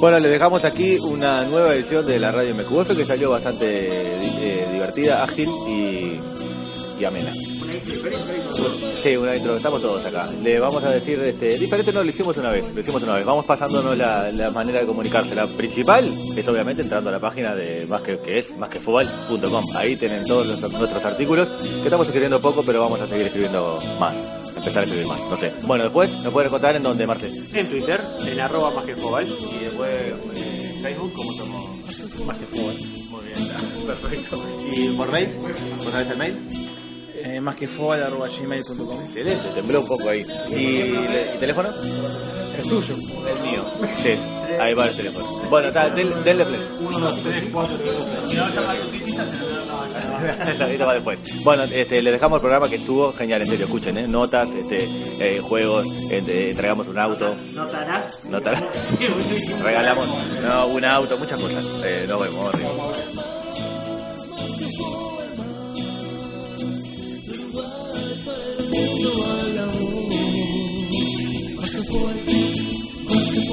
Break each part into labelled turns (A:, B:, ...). A: Bueno, les dejamos aquí una nueva edición de la radio MQF que salió bastante eh, divertida, ágil y, y amena. Sí, una intro, estamos todos acá. Le vamos a decir, este, diferente no lo hicimos una vez, lo hicimos una vez. Vamos pasándonos la, la manera de comunicarse. La principal es obviamente entrando a la página de más que, que es más que fútbol.com. Ahí tienen todos los- nuestros artículos que estamos escribiendo poco, pero vamos a seguir escribiendo más. Empezar a escribir más, no sé. Bueno, después nos pueden contar en dónde, Marte.
B: En Twitter, en arroba más que Fobal.
A: Y después eh, Facebook, ¿cómo somos? Más que fútbol. Muy bien, perfecto. ¿Y por mail? ¿Vos sabés el mail?
C: Eh, más que fobal, arroba gmail.com.
A: Excelente, tembló un poco ahí. ¿Y, le- y teléfono?
C: El tuyo.
A: El mío. Sí, ahí va el teléfono. Bueno, está, del, denle play. Eso va después. Bueno, este, le dejamos el programa que estuvo genial, en serio, escuchen, ¿eh? Notas, este, eh, juegos, este, entregamos un auto,
B: Notarás.
A: notas, regalamos no, un auto, muchas cosas. Eh, nos vemos. arriba.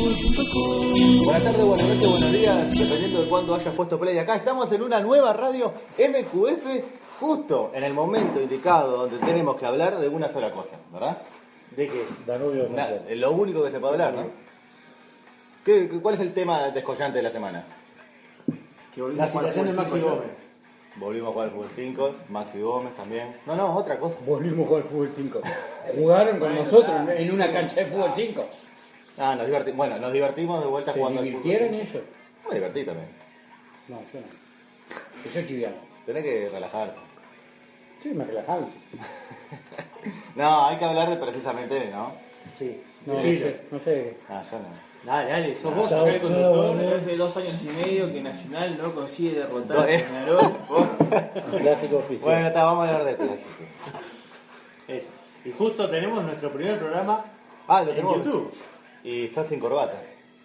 D: Buenas tardes, buenas noches, buenos días, dependiendo de cuándo hayas puesto play acá. Estamos en una nueva radio MQF, justo en el momento indicado donde tenemos que hablar de una sola cosa, ¿verdad?
B: ¿De qué?
D: Nada, es lo único que se puede hablar, ¿no? ¿Qué- qué- ¿Cuál es el tema descollante de la semana?
B: La situación de Maxi Gómez.
E: eh.
D: Volvimos a jugar al fútbol 5, Maxi Gómez también. No, no, otra cosa.
E: Volvimos a jugar fútbol 5. Jugaron con nosotros en una cancha de fútbol 5.
D: Ah, nos divertimos. Bueno, nos divertimos de vuelta
E: ¿Se
D: jugando al fútbol.
E: divirtieron ellos?
D: Me divertí también.
E: No, yo no. Que yo chiviano.
D: Tenés que relajarte.
E: Yo me relajaba.
D: No, hay que hablar de precisamente, ¿no?
E: Sí. No, sí, yo, no sé.
D: Ah, yo no. Ah,
B: Dale, dale, sos vos ¿eh?
E: Chau,
B: acá el
E: chau,
B: conductor.
E: Manuel.
F: Hace dos años y medio que Nacional no consigue derrotar
D: No,
F: a
D: eh.
F: Peñarol. Vos-
E: Clásico oficial.
D: Bueno, está, vamos a hablar de clásico.
B: Eso. Y justo tenemos nuestro primer programa
D: Ah, lo
B: en
D: tenemos.
B: YouTube.
D: Y sos sin corbata,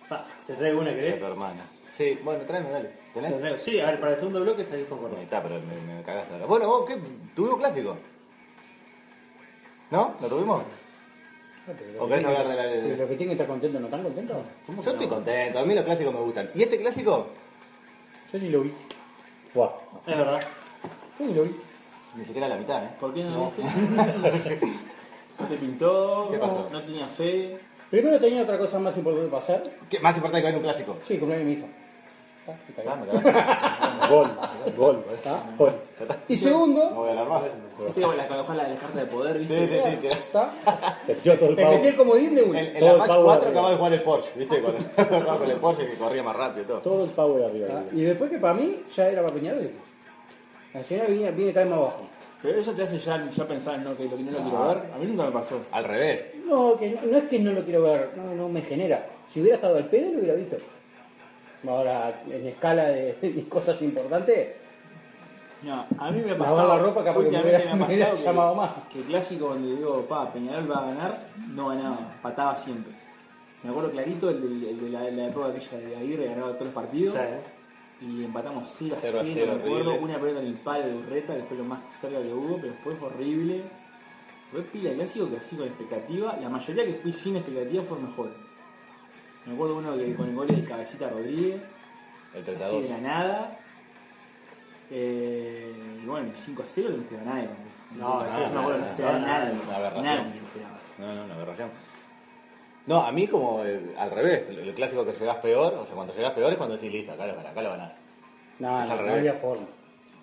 B: Pa, te traigo una,
D: que es
B: ¿querés?
D: tu hermana. Sí, bueno, tráeme, dale.
B: Te
D: ¿Tenés?
B: traigo- Sí, a ver, para el segundo bloque salís con Correa.
D: Ahí Está, pero me, me cagaste ahora. Bueno, vos, ¿qué? ¿Tuvimos clásico? ¿No? ¿Lo tuvimos? ¿O querés hablar de la...
E: Pero lo que tiene que estar contento, ¿no están contentos?
D: Yo estoy contento, a mí los clásicos me gustan. ¿Y este clásico?
E: Yo ni lo vi. Buah.
B: Es verdad.
E: Yo ni lo vi.
D: Ni siquiera la mitad, ¿eh?
F: ¿Por qué no, viste? no te pintó,
D: ¿Qué pasó?
F: no tenía fe.
E: Primero tenía otra cosa más importante para hacer.
D: ¿Qué más importante que ver un clásico?
E: Sí, cumpleaños de mi hija. Ah, me cagué.
D: Ah, me cagaste.
E: Gol, gol, ¿está? Gol. Y
D: No
E: segundo,
D: voy a hablar más.
F: Viste con la, con la de la carta de poder,
D: Sí,
F: ¿viste?
D: sí, sí. que-
E: ¿está?
G: Te tiró todo el
E: Te
G: pavo.
E: metí el comodín de
D: En,
E: uno.
D: en
G: Todo
D: la
G: el
D: match
G: pavo
D: 4
G: arriba.
D: acababa de jugar el Porsche, ¿viste? Con, jugaba con el Porsche que corría más rápido y todo.
G: Todo el pavo de arriba.
E: ¿está? Ah, Y después que para mí ya era para Peñarol. Nacional viene, viene cada vez más abajo.
F: Pero eso te hace ya, ya pensar, ¿no? Que lo que no lo quiero ver. A mí nunca me pasó.
D: Al revés.
E: No, que no, no es que no lo quiero ver, no, no me genera. Si hubiera estado al pedo, lo hubiera visto. Ahora, en escala de, de cosas importantes,
F: No, a mí me ha
E: Lavar
F: pasado.
E: la ropa, capaz que me
F: últimamente me ha
E: hubiera- me hubiera
F: pasado que-
E: llamado más.
F: Que el clásico donde digo, pa, Peñarol va a ganar, no ganaba, pataba siempre. Me acuerdo clarito el, del- el de la, la época aquella de Aguirre, ganaba todos los partidos. Y empatamos 0 a
D: 0
F: 0,
D: a 0,
F: me acuerdo,
D: horrible.
F: una pelota en el palo de Urreta, que fue lo más cerca que hubo, pero después fue horrible. Fue pila de clásico que así con expectativa, la mayoría que fui sin expectativa fue mejor. Me acuerdo uno que con el gol de Cabecita Rodríguez,
D: El
F: así
D: 32.
F: de la nada. Eh, y bueno, el 5 a 0 no esperaba nadie.
B: No,
F: no,
B: eso
F: me acuerdo, no esperaba
D: no,
F: nadie.
D: no, una aberración.
F: Nadie esperaba.
D: No, no, una aberración. No, a mí como eh, al revés, el, el clásico que llegás peor, o sea, cuando llegás peor es cuando decís, listo, acá lo ganás, acá lo ganás.
E: no,
D: Es al
E: no, no
D: revés.
E: había forma.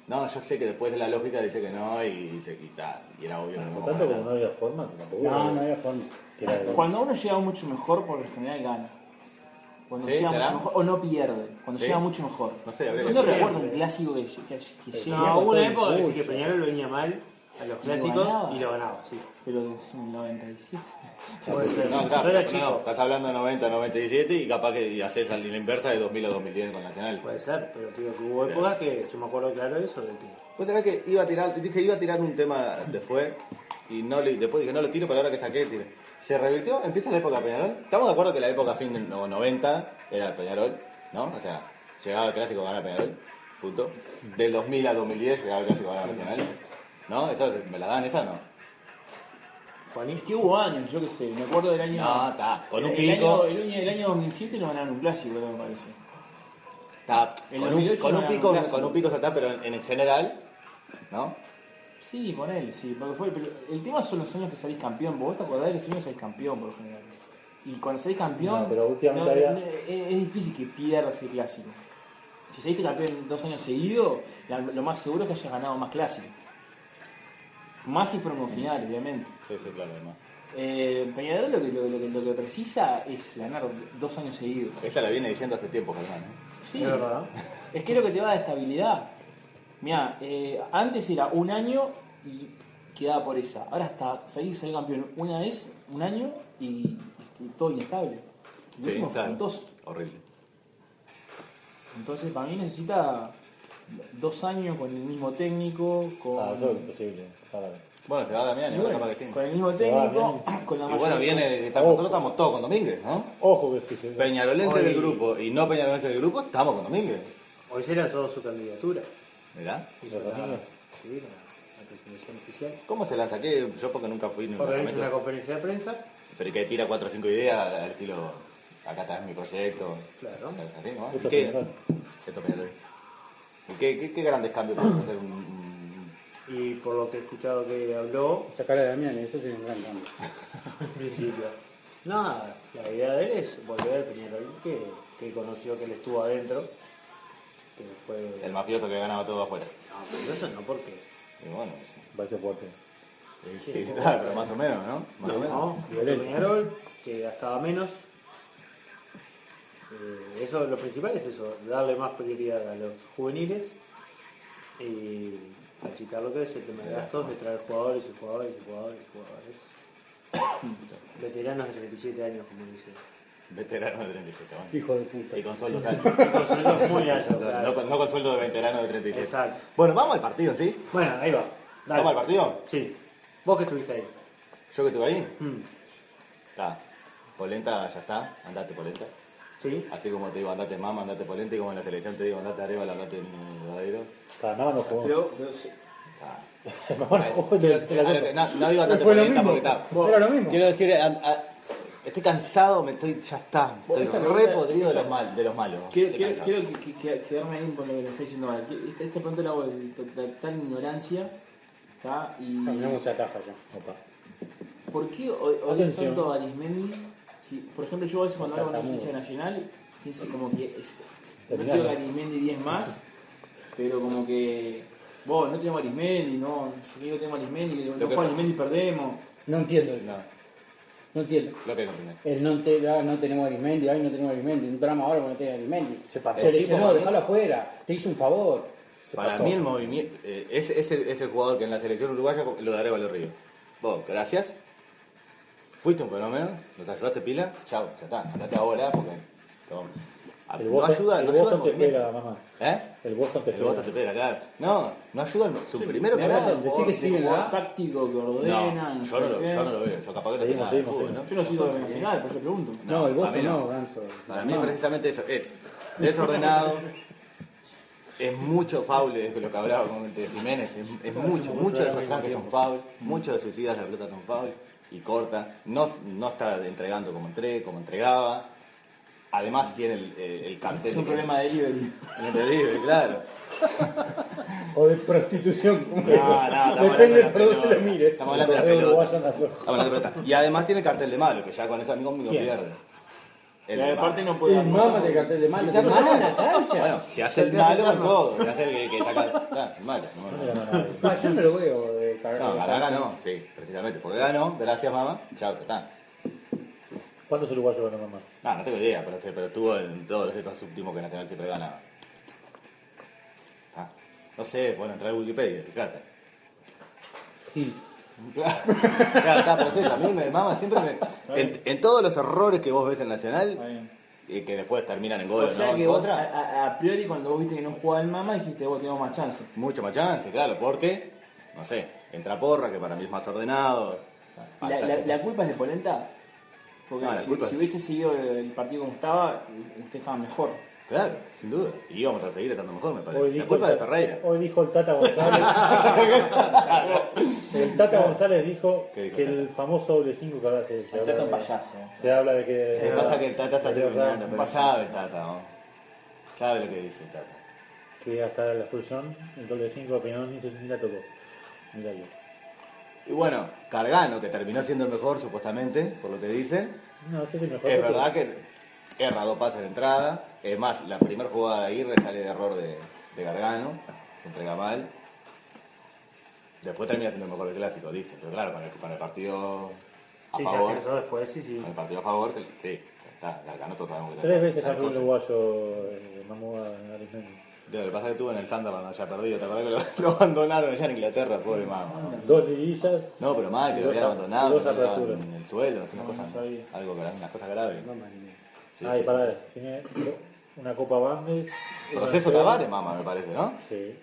D: No, yo sé que después de la lógica dice que no y se quita, y era obvio.
G: Por
D: No,
G: tanto, como no
D: no,
G: había forma, tampoco.
E: No, no había forma.
G: Que era de-
F: Cuando uno llega mucho mejor, por lo general gana. Cuando
D: Sí,
F: llega
D: ¿será?
F: mucho mejor, o no pierde. Cuando
D: Sí.
F: llega mucho mejor.
D: No sé, habría
F: Yo
D: que
F: no
D: ver.
F: recuerdo un clásico que, que, que llega.
B: No, hubo una época que- que Peñarol venía mal a los
F: Y
B: clásicos
F: ganaba.
B: y lo ganaba, sí.
F: Pero es un 97.
B: Puede ser.
D: No, claro,
B: Yo era
D: no,
B: chico.
D: estás hablando de 90, 97 y capaz que haces la inversa de 2000 a 2010 con Nacional.
B: Puede ser, pero digo que hubo épocas que yo me acuerdo claro de eso, de que
D: Vos sabés que iba a tirar, dije iba a tirar un tema después y no le, después dije no lo tiro, pero ahora que saqué, tiro. Se revirtió, empieza la época de Peñarol. Estamos de acuerdo que la época fin de no- 90 era Peñarol, ¿no? O sea, llegaba el clásico ganar Peñarol, punto. Del 2000 al 2010 llegaba el clásico ganar Nacional. ¿No? ¿Eso me la dan esa no?
F: Para mí, que hubo años, yo qué sé. Me acuerdo del año.
D: No, está, con un
F: el
D: pico.
F: año- el, año, el año 2007 nos ganaron un clásico, creo, me parece.
D: Está,
F: el
D: con, un,
F: 2008
D: con un
F: ganaron
D: pico,
F: un clásico.
D: con un pico se está, pero en, en general, ¿no?
F: Sí, con él, sí. Porque fue, pero el tema son los años que salís campeón. Vos te acordás de los años que salís campeón, por lo general. Y cuando salís campeón.
G: No, pero últimamente había-
F: es, es difícil que pierdas el clásico. Si saliste campeón dos años seguidos, la- lo más seguro es que hayas ganado más clásicos. Más si fueron con final, obviamente.
D: Sí, sí, claro, además.
F: Eh, Peñarol lo que, lo, lo que- lo que precisa es ganar dos años seguidos.
D: Esa la viene diciendo hace tiempo, Germán. ¿eh?
F: Sí, es que es lo que te va a estabilidad. Mira, antes era un año y quedaba por esa. Ahora está salir salir campeón una vez, un año y, y todo inestable. El último fue
D: claro.
F: con dos.
D: Horrible.
F: Entonces, para mí necesita dos años con el mismo técnico, con,
G: Ah, eso es imposible. Claro.
D: Bueno, se va Damián,
F: y
D: igual
F: bueno,
D: capaz que sí.
F: con el mismo
G: Se va,
F: técnico, con la
D: Y bueno,
F: mayor-
D: viene, está-
G: Ojo.
D: nosotros estamos todos con Domínguez, ¿no?
G: Ojo que sí, sí.
D: Peñarolense
B: Hoy-
D: del grupo y no Peñarolense del grupo, estamos con Domínguez.
B: hoy se lanzó su candidatura.
D: ¿Verdad?
B: Hizo
G: ¿Verdad?
B: la, sí, la- la presentación oficial.
D: ¿Cómo se la saqué? Yo porque nunca fui ni me
B: Organiza una
D: comento.
B: conferencia de prensa,
D: Pero que tira cuatro o cinco ideas al estilo, acá está mi proyecto.
B: claro.
D: O sea, así, ¿no?
G: Esto
D: ¿Y qué?
G: es Peñarol.
D: Esto es Peñarol. ¿Y qué, qué, qué grandes cambios podemos hacer? Un- un-
B: Y por lo que he escuchado que habló,
E: Sacar a Damián, eso sería un gran cambio.
B: en principio. Nada, la idea de él es volver al Peñarol que, que conoció que él estuvo adentro. Que fue.
D: el mafioso que ganaba todo afuera.
B: No, pero eso no, porque.
D: Y bueno,
G: Parece fuerte.
D: sí, sí, claro, pero más o menos, ¿no? Más o
B: No,
D: menos.
B: no,
G: Violento.
B: Peñarol, que gastaba menos. Eh, eso, lo principal es eso, darle más prioridad a los juveniles y achicar lo que es el tema de gastos, de traer jugadores y jugadores y jugadores y jugadores. Veteranos de 37 años, como dice.
D: Veterano de 36 años.
E: Hijo de puta.
D: Y con sueldos altos.
B: Con sueldos muy altos,
D: No, no
B: claro.
D: con- no con sueldo de veterano de 36.
B: Exacto.
D: Bueno, vamos al partido, ¿sí?
B: Bueno, ahí va. Dale.
D: ¿Vamos al partido?
B: Sí. Vos que estuviste ahí.
D: Yo que estuve ahí.
B: Mm.
D: Está. Polenta ya está. Andate, Polenta.
B: Sí.
D: Así como te digo, andate mama, andate Polenta. Y como en la selección te digo, andate arriba, andate en el verdadero.
G: Cada nada no jugó.
F: Pero, pero se-
D: Está.
G: Mejor jugó en el- en la
D: Ah,
G: Copa.
D: No, no digo andate
E: Fue lo
D: Polenta
E: mismo.
D: porque está.
E: Era lo mismo.
D: Quiero decir, an- a- estoy cansado, me estoy, ya está. Estoy
F: Esta
D: re
F: pregunta-
D: podrido de los, mal, de los malos.
F: Quiero,
D: Estoy
F: quiero,
D: cansado.
F: quiero que- que- que- quedarme ahí con lo que le está diciendo ahora. Que Esta, esta pregunta la hago de total, total ignorancia. ¿tá? Y,
D: Ah,
E: Caminamos a caja ya. Opa.
F: ¿Por qué o- odian
G: Atención.
F: tanto a Arismendi? Si, por ejemplo, yo a veces cuando hablo con la
G: Tartamudo.
F: agencia nacional, pienso como que es. No
G: Terminalo.
F: quiero que Arismendi 10 más, pero como que. Vos, no tenemos Arismendi, no. Si digo tenemos Arismendi, no
D: que
F: juega
D: pasa-
F: Arismendi perdemos.
E: No entiendo eso. No, entiendo.
D: Lo que comprendés.
E: El no, te, ah, no tenemos alimento, ay, no tenemos alimento, un drama ahora porque no tenemos alimento.
G: Se pasó.
E: Se
D: El tipo,
E: lesionó,
D: ¿no?
E: dejalo afuera, te hizo un favor.
D: Para mí el movimiento, eh, es, es el, es el jugador que en la selección uruguaya lo daré a los Ríos. Vos, gracias. Fuiste un fenómeno, nos ayudaste pila, chao, ya está, andate ahora porque te vamos. A-
G: El
D: no
G: Boston-
D: ayuda,
G: el
D: no ayuda
G: Boston
D: el
G: te
D: movimiento.
G: pega, mamá.
D: ¿Eh?
G: El Boston te
D: El Boston te
G: pega.
D: pega, claro. No, no ayuda el- su primero que
E: me
D: nada.
E: matan, decí que sí, en la A.
F: Táctico que
D: No,
F: ordena. no
D: yo no,
F: sé
D: lo,
F: qué.
D: yo no lo veo, yo capaz que no sé
G: Seguimos,
D: nada.
G: seguimos,
D: Uy,
G: seguimos.
D: ¿no?
F: Yo no soy de nacional, por eso pregunto.
E: No, el
D: a mí
E: Boston
D: no.
E: no, Ganso.
D: Para mí precisamente eso es desordenado, es mucho foul, es lo que hablaba con de Jiménez, es, es mucho, muchos de esos tranques son foul, muchos de sus idas de la pelota son foul y corta, no, no está entregando como entre, como entregaba, además tiene el, eh, el, el cartel.
F: Es un
D: que-
F: problema de delivery.
D: en el delivery, claro.
G: O de prostitución.
D: no, estamos
G: Depende
D: hablando de la
G: por dónde
D: pelota.
G: lo mires.
D: Estamos hablando de la
G: Los
D: pelota.
G: uruguayos andan flojos.
D: Estamos hablando de pelota. Y además tiene el cartel de malo, que ya con eso amigo lo
G: ¿Quién?
D: pierde. El
F: Y
D: de malo.
F: aparte no puede
E: El
F: dar
E: mama
F: nota.
E: del cartel de malo.
D: Si se hace
E: Malo en
D: malo.
E: la cancha.
D: Bueno, si hace el malo con todo, si hace el que, que saca. Claro, el malo. no, no.
E: Ah, yo no lo veo de cagar.
D: No, Galaga no, sí, precisamente. Porque ganó, gracias mamá, chao, ya está.
G: ¿Cuántos uruguayos ganó mamá?
D: No, no tengo idea, pero, pero estuvo en todos estos últimos que Nacional siempre ganaba. Ah, no sé, bueno, entrar a Wikipedia, fíjate.
E: Gil.
D: Claro, está, pero sí, a mí me mama siempre me- en, en todos los errores que vos ves en
F: Está
D: Nacional
F: bien.
D: y que después terminan en
F: O
D: gol o
F: sea
D: no,
F: que
D: en
F: vos,
D: contra,
F: a, a- a priori, cuando vos viste que no jugaba el Mama, dijiste, vos tenemos más chance.
D: mucho más chance, claro, porque, no sé, entra Porra, que para mí es más ordenado.
F: La, la- la culpa es de Polenta. Porque
D: Ah, la
F: si,
D: culpa
F: si
D: es-
F: hubiese seguido el partido como estaba, usted estaba mejor.
D: Claro, sin duda. Y íbamos a seguir estando mejor, me
G: Hoy
D: parece. La
G: dijo
D: culpa
G: el
D: de
G: Tata-
D: Ferreira.
G: Hoy dijo el Tata González. el Tata González dijo
D: ¿Qué dijo
G: que
D: el
G: el famoso doble 5 que ahora se, se
F: Trata
G: habla
F: un
G: de,
F: payaso.
G: se habla de que.
D: Lo que pasa es que el Tata está
G: de verdad,
D: terminando, pero sabe el Tata, ¿no? Sabe lo que dice el Tata.
G: Que hasta la expulsión, el doble 5 Peñón ni, se- ni la tocó. Mirá que-
D: Y bueno, Cargano, que terminó siendo el mejor supuestamente, por lo que dicen.
G: No, ese es el mejor.
D: Es verdad que erra dos pases de entrada. Es más, la primera jugada de Aguirre sale de error de, de Gargano, que entrega mal. Después termina siendo el mejor del clásico, dice. Pero claro, con el, con el partido a
B: Sí, se
D: favor.
B: alcanzó después, sí, sí.
D: Con el partido a favor, que- sí, ya está, Gargano todos sabemos que
G: Tres veces
D: la
G: campeón
D: cosa.
G: uruguayo, eh, Mamúa Arismendi.
D: Lo que pasa es que tuvo en el Sunderland allá perdido, ¿te acuerdas que lo, lo abandonaron allá en Inglaterra, pobre mamá?
G: Dos liguillas.
D: No, pero mal, que
G: Y
D: lo
G: dos
D: habían
G: a- y
D: abandonado,
G: dos
D: que lo dejaban
G: aperturas.
D: en el suelo, hacían unas cosas,
F: sabía.
D: algo, gra- unas cosas graves. Sí,
G: Ay,
D: sí.
G: pará, tiene una Copa Bandes. una
D: Proceso
G: Copa-
D: Tavares, mamá, me parece, ¿no?
G: Sí.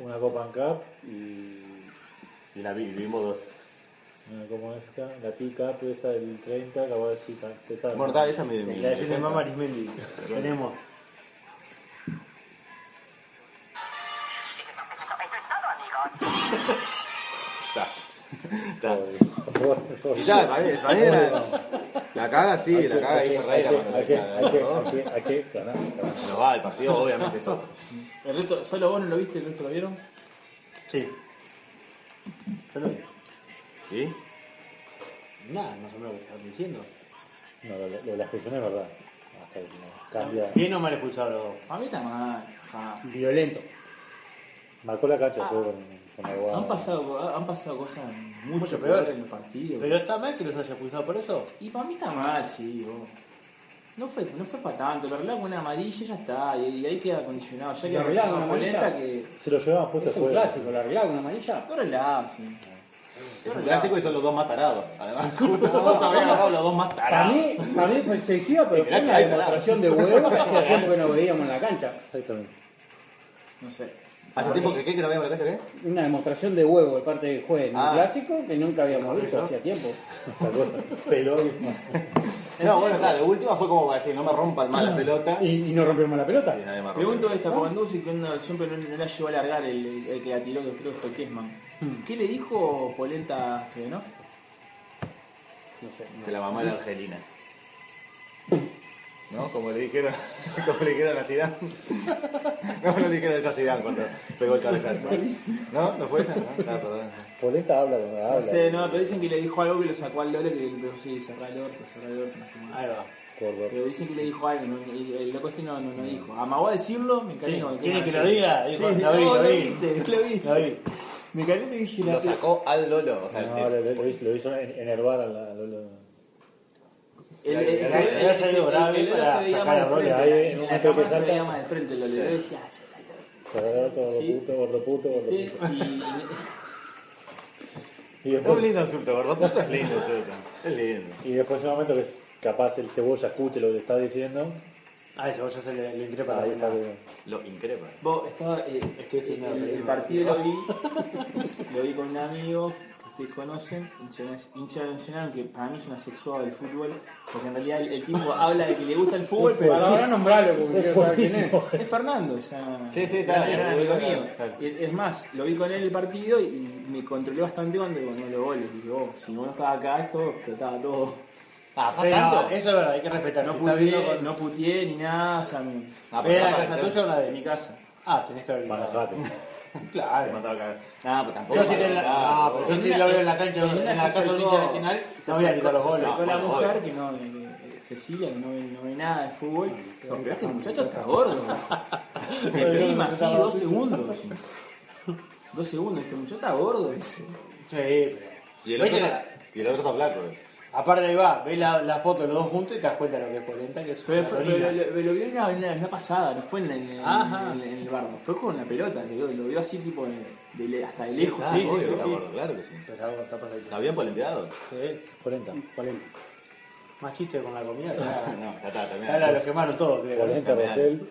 G: Una Copa ANCAP y
D: Y la vi- vivimos dos.
G: una Copa esta, la pica esta del 30, la voy a decir que ah, está.
D: Mortal, esa es mi. mi- mi
B: La define
D: defensa.
B: Mamá Arismendi. Tenemos.
D: Está. Está.
G: Por favor, por favor.
D: Y ya, para mí, para mí era- La caga, sí, la caga ahí
G: Hay que- hay
D: Ferreira. cuando le
G: que-
D: caga,
G: hay que-
D: ¿no?
G: hay que- hay que ganar, ganar.
D: No va, el partido obviamente es otro.
F: El resto, solo vos no lo viste, el resto lo vieron.
B: Sí. Yo lo vi.
D: ¿Sí?
B: Nada, más o menos lo que estaban diciendo.
G: No, lo- lo de la expulsión es verdad. Hasta que no cambia.
B: Bien o mal expulsado los dos.
F: A mí está mal. ja.
B: Violento.
G: Marcó la cancha fue con, con Aguada.
F: Han pasado, co- han pasado cosas mucho,
B: Mucho
F: peor.
B: peor.
F: en el partido.
B: Pero está mal que los haya expulsado por eso.
F: Y para mí está mal, sí. vos. No fue, no fue para tanto, lo arreglaron con una amarilla y ya está. Y, y ahí queda acondicionado. Ya que
E: ¿Lo arreglaron con una
F: Polenta que.
G: Se lo llevaban puesto
E: Es un
G: fuera.
E: clásico, la arreglaba una amarilla.
F: No arreglás, sí.
D: Es un clásico y son los dos más tarados. Además, justo vos te habías agarrado los dos más
E: Para
D: tarados.
E: mí, para mí fue excesiva, pero
D: Mirá
E: fue
D: que
E: una
D: hay
E: demostración de huevo que hacía tiempo que no veíamos en la cancha.
G: Exactamente.
F: No sé.
D: ¿Hace tiempo que qué? ¿Que no habíamos la cancha, qué?
E: Una demostración de huevo de parte del juez en un
D: Ah.
E: clásico que nunca habíamos visto hacía tiempo.
G: Tal cual. Peló y-
D: No, bueno, claro, de última fue como para decir, no me rompan más la pelota.
E: Y, y no rompimos la pelota.
D: Y nadie más
F: Pregunto
D: rompe.
F: esta, porque Anduzzi que no- siempre no, no la llevó a largar el, el- el que la tiró, que creo que fue Kesman. ¿Qué le dijo Polenta a este, Stoyanov?
E: No sé.
D: Que la mamá era argelina. ¿No? Como le dijeron, como le dijeron a Zidane. No, no le dijeron eso a Zidane cuando pegó el cabezazo. ¿No? ¿No fue esa? No, está, perdón.
G: Polenta habla con
F: No
G: habla.
F: sé, no, pero dicen que le dijo algo que lo sacó al Lole, que le dijo, sí, cerrá el orto, cerrá el orto, no sé más.
B: Ahí va.
G: Córdoba.
F: Pero dicen que le dijo algo, no- el, el loco este no, no, no dijo. Amagó a decirlo, me encariño. me
B: ¿Quiere que
F: quema
B: lo
F: decir.
B: diga?
F: Sí,
B: Dijo, lo vi,
F: no,
B: lo
F: lo
B: vi.
F: viste, lo viste.
B: Lo vi.
F: Me caliente y dije,
D: Lo
F: la
D: sacó al Lolo. O sea,
G: No, Ah, lo, lo- lo hizo, lo hizo en- enervar a la. lo- lo-
F: El, el,
D: Era-
F: el-
G: era salido grave
F: Lolo
G: para
F: se veía
G: sacar
F: más
G: a
F: de
G: Lole,
F: frente,
G: ahí
F: la-
G: en un
F: la
G: momento que
F: cámara se
G: salta.
F: veía más de frente, Lole, yo decía, "Ah, cerrá el orto".
G: Sacar todo
F: Sí.
G: lo puto, gordo puto, gordo
F: Sí,
G: puto.
F: y-
G: Y
D: es un
G: después,
D: lindo insulto, gordo. Puto es lindo insulto. Es lindo.
G: y después en un momento que es capaz el cebolla escuche lo que está diciendo.
B: Ah, eso ya se le, le increpa la
G: Ahí está.
B: vuelta.
G: que-
D: Lo increpa.
F: vos, estaba, eh,
B: Estoy estudiando
F: el,
B: la
F: el
B: película.
F: partido lo vi, lo vi con un amigo que ustedes conocen, hincha na- hincha de nacional, que para mí es una sexual del fútbol, porque en realidad el, el tipo habla de que le gusta el fútbol, pero
E: Para ahora nombrarlo porque
G: Es
E: quiero saber quién es.
G: fuertísimo.
F: Es Fernando, o sea.
D: Sí, sí, está bien,
F: era
D: lo digo
F: amigo
D: acá,
F: mío.
D: está bien.
F: Y- Es más, lo vi con él el partido y me controlé bastante cuando cuando lo goles. Dije, oh, si vos no estabas acá, esto explotaba todo.
E: Ah,
D: pero no,
E: eso es verdad, hay que respetar.
F: No puteé, no puteé ni nada, o sea, me-
D: Ah, pero no apareció.
E: o la
F: en mi casa.
E: Ah, tenés que abrir.
G: Manejate.
D: Se
E: Claro.
D: mandaba a cagar. No, pues tampoco.
E: Yo sí que en la,
D: Ah,
E: ah, pero yo sí lo veo en la cancha, en la casa de un hincha nacional, no voy a quitar los goles.
F: Se acercó la
D: No,
F: mujer
D: obvio.
F: que no, eh, eh, Cecilia, que no ve, no ve nada de fútbol. Dijo, Pero este muchacho está gordo. Prima, así dos segundos. Dos segundos, este muchacho está gordo. dice.
E: Sí, pero.
D: Y el otro, y el otro está flaco. eh.
B: Aparte ahí va, ves la, la foto de los dos juntos y te das cuenta de lo que es polenta, que es
F: Pero,
B: una
F: fue-
B: lorina.
F: pero lo, pero lo vio en la, en la- en la pasada, no fue en, la- en- en-
B: Ajá.
F: en- en el barro. Fue con la pelota, que lo, lo vio así tipo de, de le- hasta de
D: Sí,
F: lejos.
D: está,
F: Sí, sí,
D: obvio,
F: sí,
D: está
F: sí.
D: gordo, claro que sí.
B: Pero algo está pasadito.
D: Está bien polenteado.
G: Polenta.
E: Polenta.
B: Más chiste con la comida.
D: Ah,
B: ya-
D: No, ya está,
B: Ya la- los
D: terminado.
B: quemaron todo, creo.
G: Polenta,
D: Genial.
G: pastel.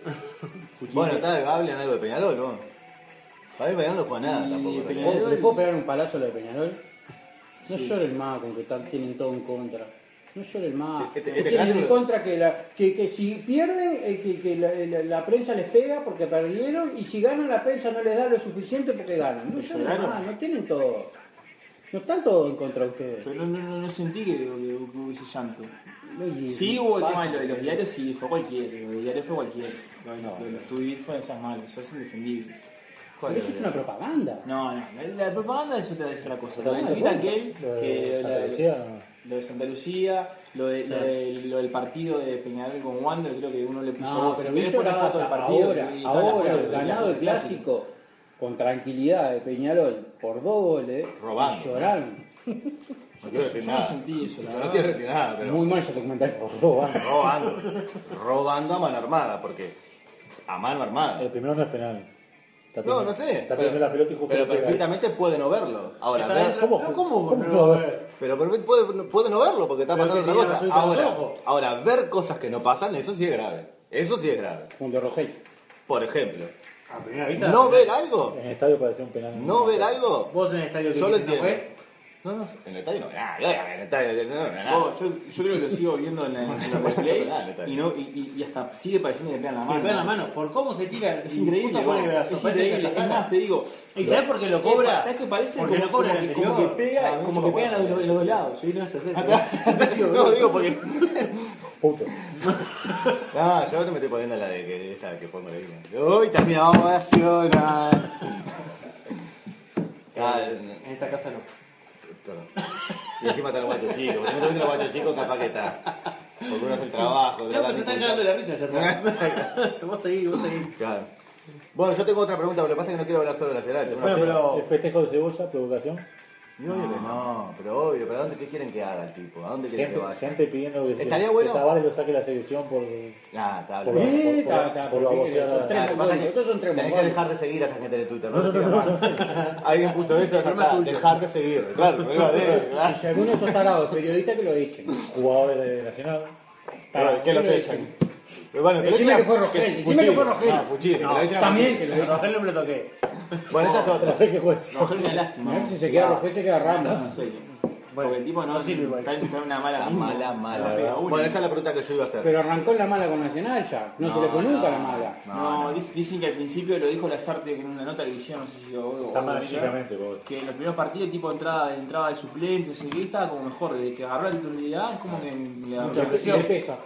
D: Bueno, está, hablen algo de Peñarol, vos. Para mí Peñarol no juega nada tampoco.
E: ¿Puedo-
D: Peñarol.
E: ¿Le puedo pegar un palazo a lo de Peñarol? No lloren más con que están, tienen todo en contra. No lloren más.
D: Este- este
E: Que tienen
D: clásico-
E: en contra que, la, que, que si pierden, eh, que, que la, la- la prensa les pega porque perdieron y si ganan la prensa no les da lo suficiente porque ganan. No lloren
F: lloraron?
E: más, no tienen todo. No están todos en contra de ustedes.
F: Pero no, no, no sentí que, que hubiese llanto.
E: Oye,
F: Sí hubo el
E: pasa.
F: tema de lo de los diarios, sí, fue cualquiera. Lo de los diarios fue cualquiera. Lo de, lo de los tweets fue esas malas, eso es indefendible.
E: Pero eso es una propaganda.
F: No, no, la, la propaganda es otra, es otra cosa. Lo del
E: Ah,
F: tweet
E: bueno.
F: aquel,
G: Lo de
F: que
G: Santa
F: la-
G: Lucía.
F: lo de Santa Lucía, lo, de, lo, de- lo del partido de Peñarol con Wander, creo que uno le puso
E: No,
B: Ah,
F: vos.
E: pero
F: Si
E: bien
F: querés poner
E: llorabas
F: foto del
E: ahora,
F: y todas las
E: ahora,
F: fotos del-
E: ganado el
F: del
E: clásico con tranquilidad de Peñarol por dos goles,
D: Robando.
E: y lloraron.
D: No quiero decir
F: Yo no
D: nada.
F: sentí eso, la
D: Yo no
F: verdad.
D: quiero decir nada, pero.
E: Muy mal ese comentario por robar.
D: Robando. Robando a mano armada, porque. A mano armada.
G: El primero no es penal. Está
D: No,
G: primero-
D: no sé.
G: Eh, Está perdiendo la pelota y justo
D: pero
G: le pega.
D: perfectamente puede no verlo. Ahora,
B: Está
D: ver-
B: dentro-
G: ¿Cómo?
B: No, ¿cómo?
G: ¿Cómo
B: No,
G: no?
B: a ver.
D: pero perfect- puede, puede no verlo porque está
B: Pero
D: pasando
B: que tenía
D: otra cosa.
B: los ojos
D: Ahora,
B: rojos.
D: ahora, ver cosas que no pasan, eso sí es grave. Eso sí es grave.
E: Junto a Rogel.
D: Por ejemplo,
B: A primera vista.
D: no ver algo.
G: En el estadio parecía un penal.
D: No ver algo.
B: Vos en el estadio que ¿eh?
D: Yo lo
B: dijiste, ¿no
D: entiendo.
B: fue?
D: No, no, en el estadio no ve nada. yo En el estadio no ve nada.
F: Oh, yo, yo creo que lo sigo viendo en la, en la replay
D: Dale, dale.
F: y, no, y, y- y hasta sigue pareciendo que le pegan la
B: Que le
F: mano.
B: pegan la mano. Por cómo se tira.
F: Es
B: y
F: increíble,
B: justo pone el
F: bueno,
B: brazo,
F: es
B: parece que
F: increíble.
B: la
F: Es más,
B: saca.
F: te digo.
B: ¿Y sabés por qué lo cobra?
F: ¿Sabes qué parece?
B: Porque
F: como,
B: lo cobra
F: como
B: el
F: que, como que
B: anterior.
F: pega,
D: Ah,
F: como
D: mucho
F: que
D: más
F: pegan a los,
D: bueno.
F: los dos lados.
B: Sí, no, yo sé.
D: no, digo porque.
G: Puto.
D: No, yo te me estoy poniendo la de que esa que pongo la vida. Uy, también vamos a Nacional. Ah,
B: En esta casa no.
D: perdón. Y encima está el guacho chico. Si no te gusta el guacho chico, capaz que está. Porque uno hace el trabajo.
B: No, pero se están cagando la risa ya está. Vos seguís, vos seguís.
D: Claro. Bueno, yo tengo otra pregunta, pero lo que pasa es que no quiero hablar solo de Nacional. tengo una
B: Bueno,
D: pregunta.
B: pero-
G: El festejo de cebolla, provocación.
D: No, obvio que no, pero obvio, pero ¿a dónde qué quieren que haga el tipo? ¿A dónde quieren que
G: Gente,
D: vaya?
G: gente pidiendo que,
D: Estaría
G: que
D: bueno.
G: Tavares lo saque la selección por.
D: Nah, está
G: por,
D: bien.
G: por- por-
E: está- está,
G: por la
E: porque
G: voceada.
E: son tres.
D: Claro, Ah, pasa que
E: Estos son tres
D: tenés que
E: mongoles.
D: dejar de seguir a esa gente de Twitter. No, no, Alguien puso eso, ya está, dejar de seguir. Claro, el problema de él,
E: Y
D: ¿verdad?
E: si alguno de esos tarados periodistas que lo echen.
G: Jugadores de Nacional.
D: Pero que los
E: Lo
D: echan. Pero bueno,
E: Decime
D: lo echan-
E: que fue Rogel, decime que fue Rogel.
D: este Ah, Fuchile, que lo echan a
E: también
D: Fuchile.
E: que lo
B: Pero Rogel no me lo toqué.
D: Bueno, esa es
G: No
D: otra.
G: sé qué juez.
F: Rogel una lástima.
E: Mirá que si se
B: Ah.
E: queda Rogel se queda
F: No, no
E: Ramos.
F: sé. Porque el tipo no
B: No sirve igual.
F: está está en una mala
D: La
F: misma.
D: mala, mala.
F: No pega una.
D: Bueno, esa es la pregunta que yo iba a hacer.
E: Pero arrancó en la mala con Nacional ya. No, se le fue nunca
D: no,
E: la mala.
D: No,
F: No, dic- dicen que al principio lo dijo Lazarte en una nota que le hicieron, no sé si o- o-
G: Está
F: o-
G: mal
F: o-
G: anímicamente, pobre.
F: Que en los primeros partidos el tipo entraba, entraba de suplente, no sé qué, estaba como mejor, desde que agarró la titularidad es como que le agarró
E: Le- Le pesa.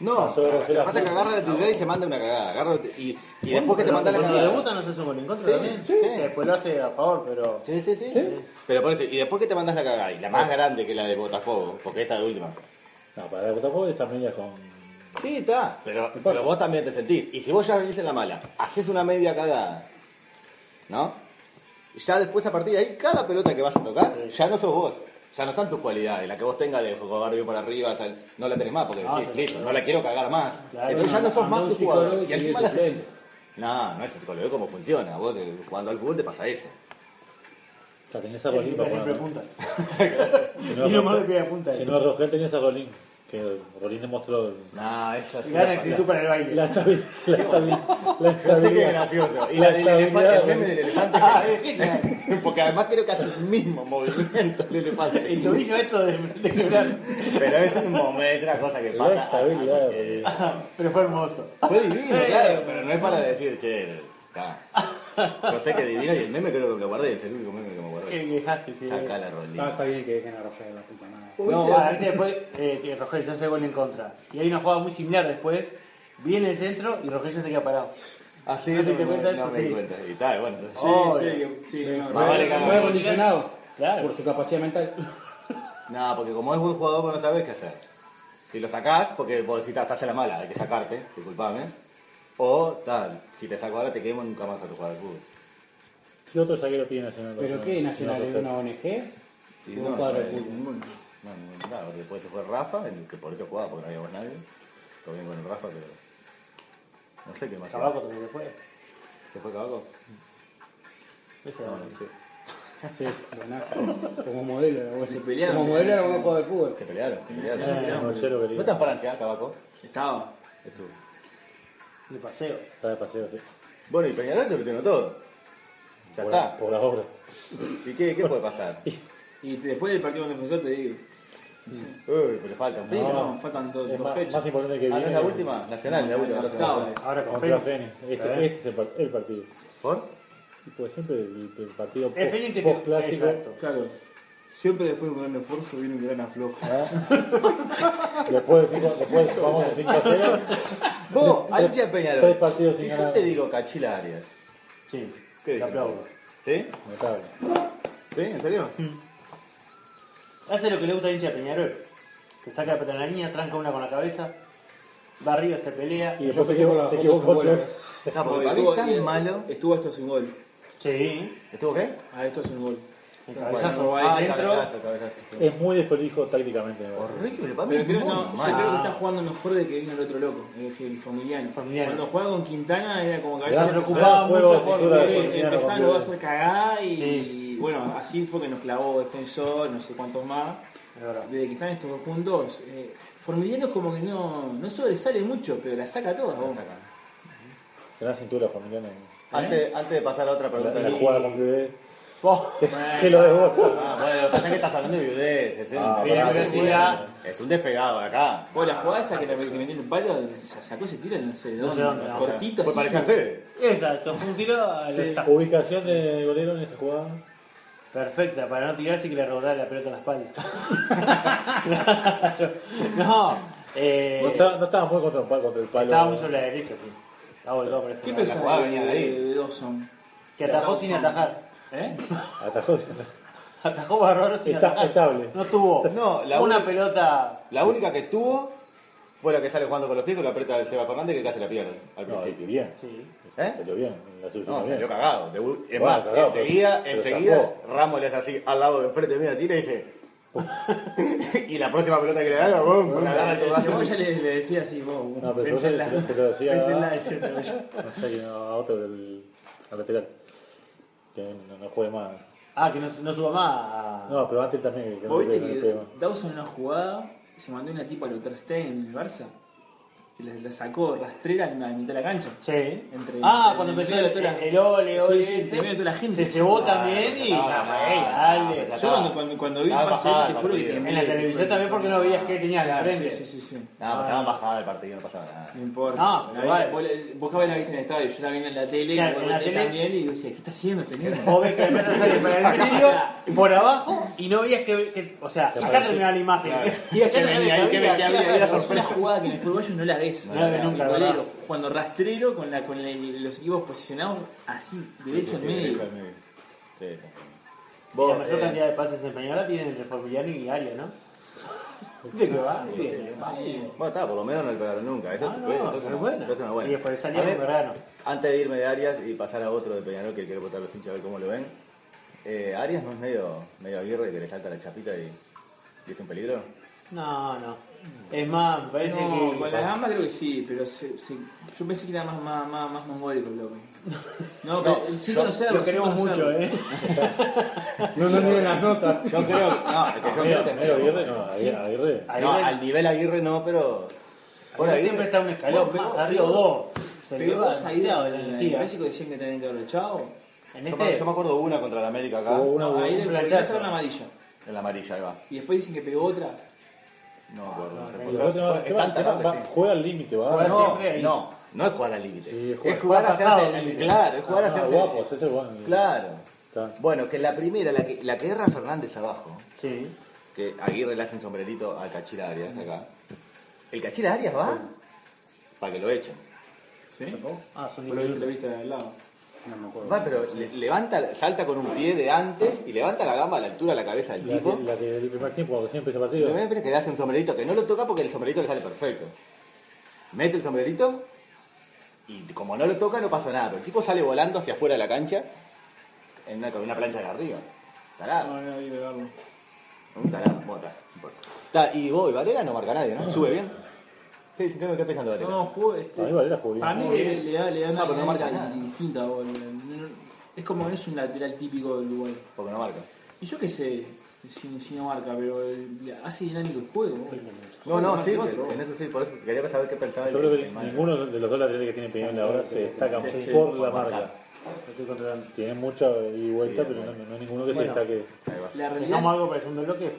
D: No,
G: Pasó de
D: lo que
G: Rogel a
D: pasa es que
G: Fuchile.
D: agarra la titular y se manda una cagada. Agarra y, y después que te manda la
B: Cuando
D: cagada.
B: debuta no se hace un gol en contra
D: Sí,
B: también.
D: sí.
B: Que Después lo hace a favor, pero.
D: Sí, sí, sí. Pero por eso, y después que te mandas la cagada, y la más grande que la de Botafogo, porque esta de última.
G: No, para el Botafogo esa media con.
D: Sí, está. Pero, pero vos también te sentís. Y si vos ya venís en la mala, haces una media cagada, ¿no? Ya después a partir de ahí, cada pelota que vas a tocar, ya no sos vos. Ya no están tus cualidades. La que vos tengas de jugar bien para arriba, o sea, no la tenés más, porque decís, listo, no la quiero cagar más.
E: Claro,
D: Entonces ya no sos
E: mandó
D: más
E: un
D: tu jugador.
E: psicólogo
D: Y
E: y
D: encima
E: siguió
D: la
E: suplente.
D: No, no es el psicólogo, es cómo funciona. Vos eh, jugando al fútbol te pasa eso.
G: O sea, tenés a Rolín para
B: siempre
G: poner.
B: punta.
G: Si
B: Y lo
G: no,
B: malo que pega punta.
G: si no es Rogel, tenías a Rolín. Que Rolín demostró
D: No, eso es.
B: Gran actitud para el baile.
G: la estabil- la estabil- la
D: Yo sé que es
G: estabilidad.
D: gracioso. Y
G: La
D: la del elefante,
G: estabilidad,
D: el meme del elefante. Porque además creo que hace el mismo movimiento el elefante.
B: El tobillo esto de, de quebrar.
D: Pero es un momento, es una cosa que
G: La
D: pasa.
G: estabilidad.
D: Eh,
B: Pero fue hermoso.
D: Fue divino, claro, pero no es para decir, che, está. Yo sé que es divino y el meme creo que lo guardé, es el único meme que me
B: Que
D: guardé.
B: dejaste, sí.
D: Sacá la
E: Ah,
D: rolita.
E: está bien que dejen a Rogel la puta madre.
B: No, bueno, viste, después
E: pues.
B: eh, que Rogel se hace gol en contra. Y hay una jugada muy similar después. Viene el centro y Rogel ya se queda parado.
D: Así
B: ¿No te diste cuenta de
D: Ah, no
B: eso?
D: me di
B: Sí.
D: cuenta. Y tal, bueno. entonces-
B: Obvio.
F: sí, no,
D: Más vale que
E: Fue
D: haga-
E: acondicionado por su capacidad mental.
D: No, porque como es buen jugador, vos no sabés qué hacer. Si lo sacás, porque vos decís, "Ta, estás en la mala, hay que sacarte, disculpame. O tal, si te saco ahora te quemo y nunca más a tu jugar al fútbol.
G: ¿Qué otro zaguero tiene Nacional?
E: ¿Pero qué? ¿Nacional ¿eh?
G: No,
E: es una ONG?
D: Y
E: Un cuadro de
D: no,
E: fútbol.
D: No, no, no, claro, después se fue Rafa, el que por eso jugaba, porque no había más nadie. Todo bien con el Rafa, pero. No sé qué más. era.
B: Cabaco también se fue.
D: ¿Se fue Cabaco?
B: Ese
D: No,
B: era
D: no sé.
E: Sí, buenazo. Como modelo era bueno.
F: Se pelearon.
E: Como modelo era buen jugador de fútbol.
D: Se pelearon, se pelearon.
G: No, yo lo
D: ¿No
G: quería.
D: está en Francia, Cabaco?
F: Estaba.
D: Estuvo.
B: de paseo.
G: Está de paseo, sí.
D: Bueno, y Peñarol se metió todo. Ya
G: Por-
D: está.
G: Por las obras.
D: ¿Y qué, qué puede pasar? Uy,
F: Y te- después del partido con defensor te digo.
D: pero pues falta un
F: Sí,
D: poco.
F: no, faltan dos,
G: Es
F: dos
G: más,
F: fechas.
G: más importante que
D: Ah, no
G: viene
D: es la última, Nacional, la última.
F: La octava es.
B: Ahora con
G: Contra
B: Fénix.
G: Fénix. Este, este es el, par- el partido.
D: ¿Por?
G: Y Pues siempre el, el partido
B: El Fénix te
G: post clásico.
B: Exacto.
F: Claro. Siempre después de un gran esfuerzo viene un gran aflojo.
G: Después, de cinco- después vamos de 5 a 0.
D: Vos,
G: Tres-
D: Alicia Peñarol.
G: tres partidos
D: si
G: sin
D: yo
G: ganar.
D: te digo Cachila Arias,
B: Sí.
D: ¿qué
B: Te
D: dices?
B: aplaudo.
D: ¿Sí?
G: Notable.
D: ¿Sí? ¿En serio?
B: Hace lo que le gusta al hincha de Peñarol. Se saca la petrolañía, tranca una con la cabeza, va arriba, se pelea.
G: Y después se equivocó. Se equivocó
D: No, porque para mí es tan malo.
F: Estuvo esto sin gol.
B: Sí,
D: ¿Estuvo qué?
F: A Ah, esto sin gol.
B: el
F: Bueno,
B: cabezazo
D: Ah, Eh,
B: va
D: el
B: adentro.
D: cabezazo, el cabezazo.
G: es muy desprolijo tácticamente. me parece.
D: Horrible, para mí
F: Pero
D: es
F: creo,
D: muy
F: no, yo
D: malo.
F: creo que está jugando mejor de que vino el otro loco, es decir, el familiar.
B: Familiano.
F: Cuando jugaba con Quintana era como que a
G: Le dan-
F: veces
G: le dan
F: preocupaba
G: juego
F: mucho
G: sin
F: porque
G: duda de
F: eh,
G: Familiano
F: empezaba
G: con
F: lo va a
G: Blue.
F: hacer cagar y,
B: Sí.
F: y bueno, así fue que nos clavó defensor, no sé cuántos más.
B: Es verdad.
F: Desde que están estos dos juntos, eh, Formiliano como que no, no sobresale mucho, pero la saca toda. vos.
G: Gran cintura familiar. en-
D: Antes, antes ¿eh? de pasar a otra
G: en
D: pregunta.
G: La, en la jugada con Clube.
F: Bueno.
G: que lo desborda.
D: Ah, bueno, lo que pasa es que estás hablando de ¿eh? viudez. Es, un-
G: Ah,
B: Viene
G: pará,
B: velocidad.
D: es un despegado de acá.
F: O la jugada esa que la que metió en el palo, sa- sacó ese tiro no sé de
B: No sé
F: dónde,
B: dónde, no.
F: cortito.
D: Fue
F: así
D: pareja a
F: como-
D: Fede.
B: Exacto, fue un tiro a lo
F: Sí.
B: está.
G: Ubicación de golero en esa jugada.
B: Perfecta, para no tirarse y que le rebotara la pelota en la espalda. Claro. No, eh,
G: No, está- no estaba muy contra el palo. Contra el palo.
B: estaba muy sobre la derecha, sí. Estaba volcado para ese
F: ¿Qué
B: lado.
F: pensás
D: jugada
F: de,
D: venía de ahí.
F: de, de Dawson?
B: Que atajó sin atajar.
F: ¿Eh?
G: Atajó.
B: Atajó bárbaro sin
G: Está-
B: atajar.
G: estable.
B: No tuvo
D: No, la
B: una
D: única-
B: pelota.
D: La única que tuvo fue la que sale jugando con los pies con la aprieta de Seba Fernández que casi la pierde al
G: No,
D: principio.
G: bien.
B: Sí.
D: ¿Eh?
G: Salió bien. La suya
D: No,
G: bien.
D: salió cagado. De bu- es
G: Bueno,
D: más,
G: cagado, pero-
D: enseguida,
G: pero
D: enseguida
G: zafó.
D: Ramos le hace así al lado de enfrente mío así y le dice. y la próxima pelota que le gana, boom, la agarra el
F: El Cebolla
D: brazo.
F: le, le decía así, vos.
G: No, pero se,
D: Vencela.
G: se, se lo decía
F: Vencela,
G: a,
F: decía Cebolla.
G: no sé, a otro del al lateral. Que no, no juegue más.
B: Ah, que no, no suba más.
G: No, pero antes también que, que no
F: ¿Vos
G: le
F: viste
G: pegue, no le
F: que
G: pegue más.
F: Dawson en una jugada se mandó una tipa a Luther Stein en el Barça? Que la, la sacó rastrera en la mitad de la cancha.
B: Sí.
F: Entre-
B: ah,
F: entre-
B: cuando empezó
F: entre-
B: el, el ole,
F: Sí,
B: ole,
F: sí,
B: ese,
F: en medio de toda la gente.
B: se cebó
F: Ah,
B: también y.
D: no, no,
B: Ey,
D: no,
B: dale.
D: no,
F: Yo cuando, cuando, cuando vi el
D: Estaba
F: pase
D: bajada
F: ella, te
D: el
F: juro que
D: partido.
F: temblé.
B: En la televisión también porque no veías qué tenía en la frente.
F: Sí, sí, sí. sí.
D: No, pues pasaban bajada el partido, no pasaba nada.
F: No importa.
B: No,
F: La
B: pero
F: vi-
B: vale.
F: vos, la- vos capaz la viste en el estadio, yo la vi en la tele,
B: Claro,
F: vos
B: en la
F: viste
B: tele.
F: también y decía, ¿qué está haciendo este negro?
B: Vos ves que el perro sale para el medio, por abajo, y no veías que. que- o sea,
G: Te
B: acá
G: pareció.
B: terminaba la imagen. ¿eh?
F: Y
B: Acá
F: ayer
B: terminaba
F: venía
B: la
F: ahí que
B: imagen,
F: venía, había,
B: claro.
F: había sorpresa. Una jugada que en el uruguayo no la ves.
B: No la ves nunca,
F: el
B: ¿verdad?
F: golero, Cuando rastrero con, la, con el- los equipos posicionados así, derecho en medio.
D: Sí.
B: La
D: Vos,
B: mayor
D: eh,
B: cantidad de pases en Peñarol tienen entre Formiliano y Aria, ¿no? ¿De qué va? Bien, vale.
D: Bueno, está, por lo menos no le pegaron nunca. Eso,
B: Ah,
D: es-
B: no,
D: eso es
B: pero
D: una,
B: buena.
D: eso es una buena.
B: Y después salía
D: A ver,
B: con Verano.
D: Antes de irme de Arias y pasar a otro de Peñarol que quiero votar los hinchas a ver cómo lo ven. Eh, Arias no es medio, medio aguirre que le salta la chapita y, y es un peligro.
B: No, no. Es más, me parece
F: No,
B: que.
F: con las gambas creo que sí, pero se- se- yo pensé que era más, más, más, más mongólico el loco. No, pero sin
D: yo-
F: conocerlo,
B: lo queremos
F: sin
B: mucho,
F: conocerlo.
B: ¿eh?
E: No, no miren las notas.
D: Yo creo que. No, es que yo creo
G: Mira,
D: que no.
G: Primero Aguirre, no, Aguirre. Aguirre.
B: Aguirre-
D: No, al nivel Aguirre no, pero.
B: Aguirre
D: Por Aguirre-
B: siempre está un escalón
F: Vos,
B: más,
F: pegó-
B: arriba o dos. Se le
F: Pero
B: va
F: vos ahí
B: demasiado la
F: en el
B: energía.
F: clásico decían que tenían que haberlo echado.
B: En
D: Yo me,
B: este.
D: yo me acuerdo una contra el América acá.
G: Hubo una-
F: No, ahí le
B: un
F: le
B: planchazo.
F: pasaron una amarilla.
D: En la amarilla, ahí va.
F: Y después dicen que pegó otra.
D: No me acuerdo. no sé.
G: Y después te va- te
D: Es
G: va-
D: tanta
G: te va-
D: tarde,
G: va-
D: sí.
G: Juega al límite, va.
B: Juega
D: No,
B: siempre ahí.
D: no, no es jugar al límite.
G: Sí,
D: es
G: juega-
D: jugar a
B: juega pasado
D: hacerse.
B: al límite.
D: Claro, es jugar a
G: Ah,
D: hacerse.
G: guapo, ese es el bueno.
D: Claro.
G: Está.
D: Bueno, que la primera, la que, la que erra Fernández abajo,
B: Sí.
D: que Aguirre le hace un sombrerito al Cachila Arias acá. El Cachila Arias va para que lo echen.
F: ¿Sí?
B: Ah, son
F: Por lo visto lo viste al lado.
E: No me acuerdo.
D: Va, pero le- levanta, salta con un pie de antes y levanta la gamba a la altura de la cabeza del
G: La,
D: tipo.
G: que- la que del primer tiempo, cuando siempre se
D: Lo
G: partido.
D: que me parece es que le hace un sombrerito que no lo toca porque el sombrerito le sale perfecto. Mete el sombrerito y como no lo toca no pasó nada. Pero el tipo sale volando hacia afuera de la cancha en una, con una plancha de arriba. Tarado.
F: No, no, ahí de verlo.
D: Un tarado. Bueno, está. Está, y vos, y Varela no marca a nadie, ¿no? Sube bien. ¿Qué, qué, qué pensando Varela?
F: No, jugó. Este,
G: A mí Varela jugó bien.
F: Para mí le, le da, le da
D: No,
F: una
D: pero no marca
F: dinámica
D: nada.
F: distinta. o el- Es como es un lateral típico del Uruguay.
D: Porque no marca.
F: Y yo qué sé, si, si no marca, pero el- le hace dinámico el juego. boludo.
D: No, no, sí,
F: Marca
D: en eso sí, por eso quería saber qué pensaba
G: Yo
D: el-
G: creo
D: el
G: que
D: Manu.
G: ninguno de los dos laterales que tiene Peñarol ahora se destacan por la marca. Tiene mucha y vuelta, pero no, no hay ninguno que
H: Bueno.
G: se destaque.
D: Ahí va.
F: La realidad
C: Dejamos algo para el segundo bloque.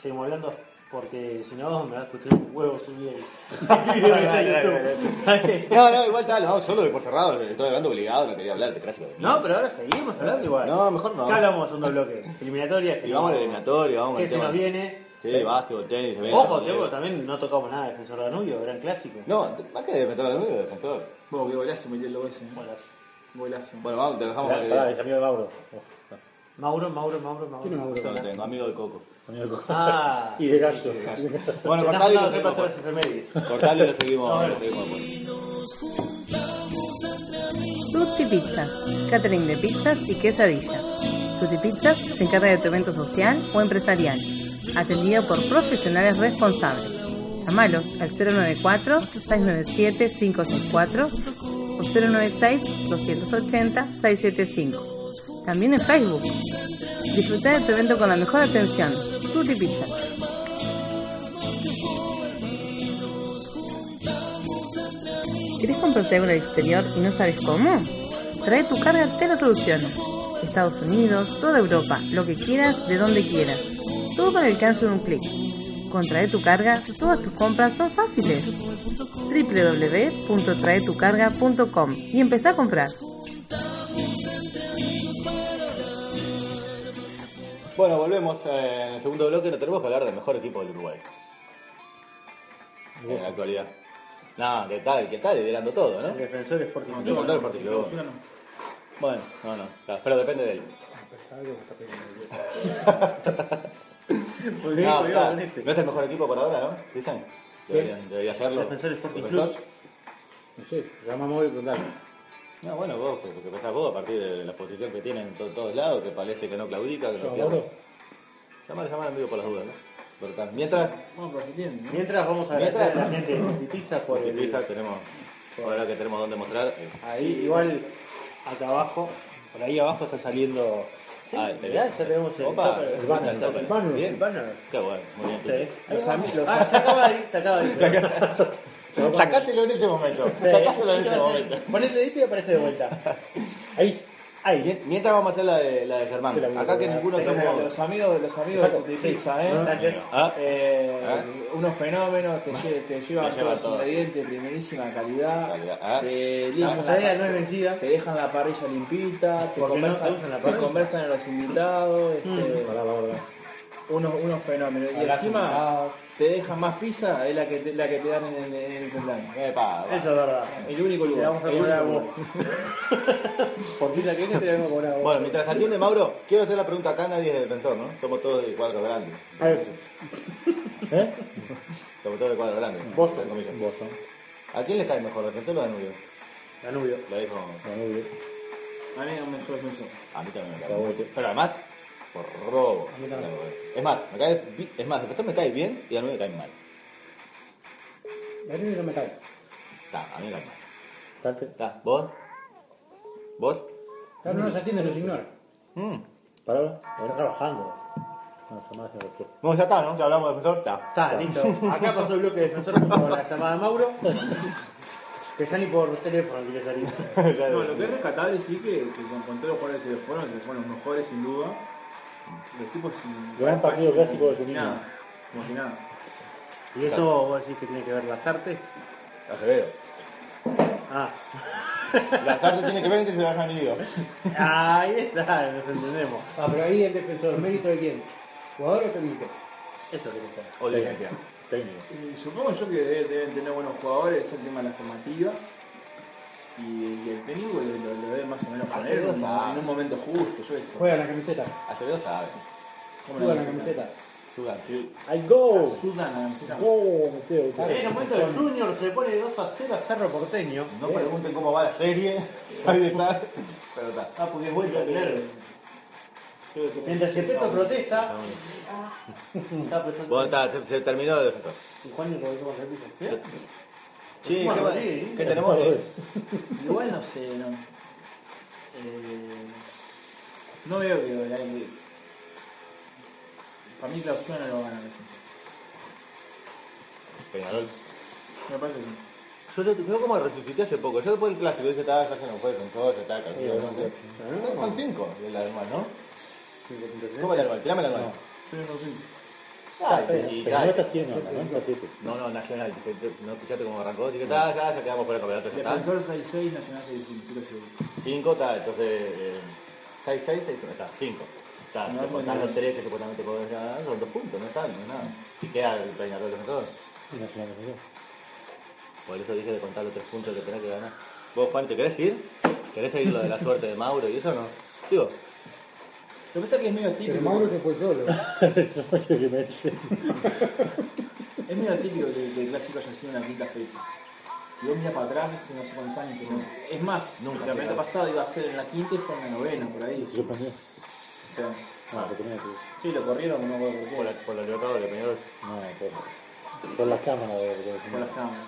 C: Seguimos hablando. Porque si no, me va a escuchar un huevo subir el video de YouTube.
D: No, no, igual tal, no, solo de por cerrado, estoy hablando obligado, no quería hablar de clásico.
C: No, pero ahora seguimos hablando igual.
D: No, mejor no.
C: Acá hablamos segundo bloque. Eliminatoria.
D: Y vamos al eliminatorio, vamos
C: Que
D: al
C: se
D: tema.
C: nos viene.
D: Sí, básquetbol, tenis, se ve.
C: Ojo, que vos también no tocamos nada de Defensor Danubio, gran clásico.
D: No, más que defensor de nuevo, defensor.
F: Vos, qué golazo metió el lobo ese. eh. Golazo.
D: Bueno, vamos, te lo dejamos para que
G: Pará, es amigo de Mauro. Oh,
C: Mauro, Mauro, Mauro, Mauro.
D: Yo lo tengo, amigo de Coco.
G: amigo de Coco.
C: Ah,
G: y de Gallo.
D: Bueno,
C: Te estás
D: cortalo y
C: mandando
D: lo
C: qué
D: seguimos.
C: pasó a las enfermerías.
D: pues. Cortalo y lo seguimos, lo seguimos después.
I: Tutti Pizza, catering de pizzas y quesadillas. Tutti Pizzas se encarga de tu evento social o empresarial, atendido por profesionales responsables. Llámalos al 094-697-564 o 096-280-675. También en Facebook. Disfruta de tu evento con la mejor atención. Tutti Pizza. ¿Querés comprarte algo en el exterior y no sabes cómo? Trae tu carga, te lo soluciono. Estados Unidos, toda Europa, lo que quieras, de donde quieras. Todo con el alcance de un clic. Con Trae tu carga, todas tus compras son fáciles. www.traetucarga.com y empezá a comprar.
D: Bueno, volvemos eh, en el segundo bloque. No tenemos que hablar del mejor equipo del Uruguay. En la actualidad. No, que tal, que tal, liderando todo, ¿no?
C: El defensor es Sporting
D: Le faltó el partido. Bueno, no, no. claro, Pero depende de él.
C: Porque
D: No,
C: porque
D: está.
C: con
D: no
C: este.
D: es el mejor equipo por ahora, ¿no? Dicen. Debería, debería serlo.
C: Defensor Sporting
D: ¿Defensor?
C: Club.
E: No sé, llama a Mauro y contalo.
D: No, bueno, vos, pues, porque porque pensás vos a partir de la posición que tienen en to- todos lados, que parece que no claudica, que no pierde. Llamar, llamar amigo por las dudas, ¿no? Pero tal. Mientras,
F: Bueno, pero se tienen, ¿no?
C: Mientras vamos a agradecer a la gente de Tutti Pizza por
D: porque
C: el-
D: quizás tenemos, ahora que tenemos donde mostrar, eh,
C: Ahí, igual, acá abajo, por ahí abajo está saliendo.
D: Ah,
C: mirá, ya tenemos el
D: Opa,
C: topper.
D: el banner, el topper.
C: banner,
D: Bien.
C: el banner.
D: Qué bueno, muy bien.
C: Sí. Los ami- los- Ah, se acaba de ir, se acaba de ir.
D: Sacáselo en ese momento. Sacáselo en ese momento.
C: Ponete este y aparece de vuelta.
G: Ahí.
C: Ahí,
D: Mien- Mientras vamos a hacer la de, la de Germán.
G: Sí, la voy a
D: Acá que
G: colgar.
D: ninguno somos.
F: Los amigos de los amigos de
C: Sí.
F: Pizza, ¿eh?
C: Gracias.
D: Ah,
F: Eh,
D: Ah.
F: Unos fenómenos, te, lle- te llevan
D: Te llevan
F: todos los
D: todo.
F: ingredientes, primerísima calidad. Eh,
D: Calidad, ah.
F: Te,
C: La
F: dejan
C: mozzarella no
F: la,
C: es vencida.
F: te dejan la parrilla limpita, te
C: ¿Por qué no te
F: conversan,
C: usan la
F: te
C: parrilla?
F: conversan a los invitados. este,
G: Pará, pará, pará.
F: unos, unos fenómenos. Y
C: Abrazos
F: encima
C: cerrados.
F: te dejan más pizza, es la que te, la que te dan en, el- en el cumpleaños.
D: epa, va.
C: Eso es verdad.
F: El único
C: Te
F: lugar.
C: vamos a
F: el
C: cobrar a
F: único
C: vos.
F: lugar. Por pizza que viene te la vamos a cobrar a vos.
D: Bueno, mientras atiende Mauro, quiero hacer la pregunta acá, nadie es defensor, ¿no? Somos todos de cuadros grandes.
G: ¿Eh?
D: Somos todos de cuadros grandes.
G: Boston.
D: Entre comillas.
G: Boston.
D: ¿A quién le cae mejor, defensor o Danubio?
C: Danubio.
D: Lo dijo.
G: Danubio.
F: A mí no me suele pensar.
D: A mí también me cae. Pero además, por robo. Es más, me cae, bi- es más, defensor me cae bien y Danubio me cae mal.
E: Danubio no me cae.
D: Está, a mí me cae mal.
G: Salte.
D: Está, ¿vos? ¿Vos?
E: Claro, no nos atiende, nos ignora.
D: Mm.
G: Pará. Está trabajando. No, jamás se refiere.
D: Bueno, ya está, ¿no? Que hablamos de defensor, está.
C: Está, listo. Acá pasó el bloque de defensor junto con la llamada de Mauro. Que salí por teléfono, quiere salir.
D: Ya
F: No, lo que es rescatable sí que, que con, con todos los jugadores que se fueron, se fueron los mejores sin duda. Los tipos sin.
G: Gran partido
F: como-
G: clásico de
F: como si
G: Junín.
F: nada, Como si nada.
C: Y eso vos decís que tiene que ver las artes.
D: Acevedo.
C: Ah,
D: La carta tiene que ver entre su gran amigo.
C: ahí está, nos entendemos.
E: Ah, pero ahí el defensor, mérito de quién? ¿Jugador o técnico?
C: Eso quería saber.
D: O licencia.
G: Técnico.
F: Eh, supongo yo que debe- deben tener buenos jugadores, es el tema de las formativas. Y, y el técnico lo, lo, lo debe más o menos poner
D: Acevedo
F: en, un-
D: sabe.
F: en un momento justo, yo qué sé.
E: Juega la camiseta,
D: Acevedo sabe.
F: ¿Cómo
E: juega la
F: llaman?
E: camiseta.
D: Sudan.
G: ¡Ay, go!
F: Sudan, la camiseta.
G: ¡Go! Mateo, Mateo.
C: En el momento de Junior se pone 2 a 0 a Cerro Porteño.
D: No pregunten cómo va la serie. Ahí está. Pero está.
C: Ah, porque es vuelta a tener. Mientras Gepetto protesta, está protestando.
D: Bueno, está, se, se terminó de defensor.
C: Y Juan Nico dijo con servicio. ¿Qué?
D: Sí,
C: Bueno,
D: ¿qué, va-
C: sí.
D: qué tenemos?
F: Igual no sé, no. Eh, no veo que la Para mí Clausura no lo va a ganar.
D: Peñarol.
F: Me parece que sí.
D: Yo lo veo como resucité hace poco. Yo después del clásico dice, está, ya se nos fue, defensor, ya está, Clausura, no sé". No, Son cinco del anual, ¿no? ¿Cómo el anual? Tirame el anual.
F: Yo no sé.
D: Ah, y- y-
G: Pero no está haciendo, no está haciendo.
D: No, no, Nacional. te- te- No escuchaste cómo arrancó. Así que está, ya, ya quedamos fuera del campeonato. Ya está.
F: Defensor 6-6, Nacional 6-5, creo seguro.
D: 5, está, entonces. eh, 6, 6, 6, está, 5. Está,
F: No,
D: se
F: no,
D: contaron
F: no.
D: los 3 que supuestamente podés ganar, son 2 puntos, no está, no es nada. Y queda el Peñarol en todo.
G: Y Nacional no llegó.
D: Por eso dije de contar los 3 puntos que tenés que ganar. ¿Vos, Juan, te querés ir? ¿Querés seguir lo de la suerte de Mauro y eso no? Digo,
F: Lo que pasa es que es medio
E: Pero
F: típico.
E: Mauro se fue solo.
G: Eso fue lo que me dice.
F: Es medio típico que, que el clásico haya sido una quinta fecha. Si vos miras para atrás, hace no sé cuántos años que no. Es más,
D: Nunca
F: el campeonato
D: llegaba.
F: pasado iba a ser en la quinta y fue en la novena, por ahí.
G: Se suspendió.
F: O sea,
G: No, se tenía que-
F: sí, lo corrieron, no me acuerdo por qué.
D: por la, por la Libertadores, Peñarol.
G: No, por, por las cámaras de, de- de-
F: Por las cámaras.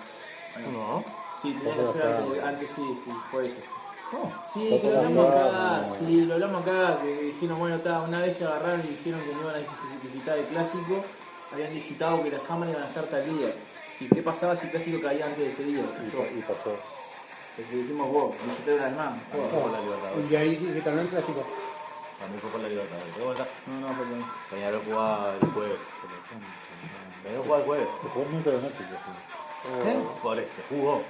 D: No.
F: Sí, tenía que
G: Por
F: ser
G: las
F: antes,
G: cámaras.
F: antes sí, sí, fue eso. Sí,
G: Por
F: que lo
G: las
F: hablamos acá,
G: cámaras.
F: sí, lo hablamos acá, que dijeron, bueno, está, una vez que agarraron y dijeron que no iban a digitar el clásico, habían digitado que las cámaras iban a estar tal día. ¿Y qué pasaba si el clásico caía antes de ese día?
G: y, y pasó.
F: Lo que dijimos vos, digitar una vez más.
D: A mí fue por la Libertadores.
E: Y ahí sí que también clásico.
D: A mí fue por la Libertadores. Pero bueno, está.
F: No, no, perdón.
D: Peñarol jugaba el jueves. Peñarol jugaba el jueves.
G: Se jugó el miércoles de noche. yo ¿Eh?
D: Por eso, jugó.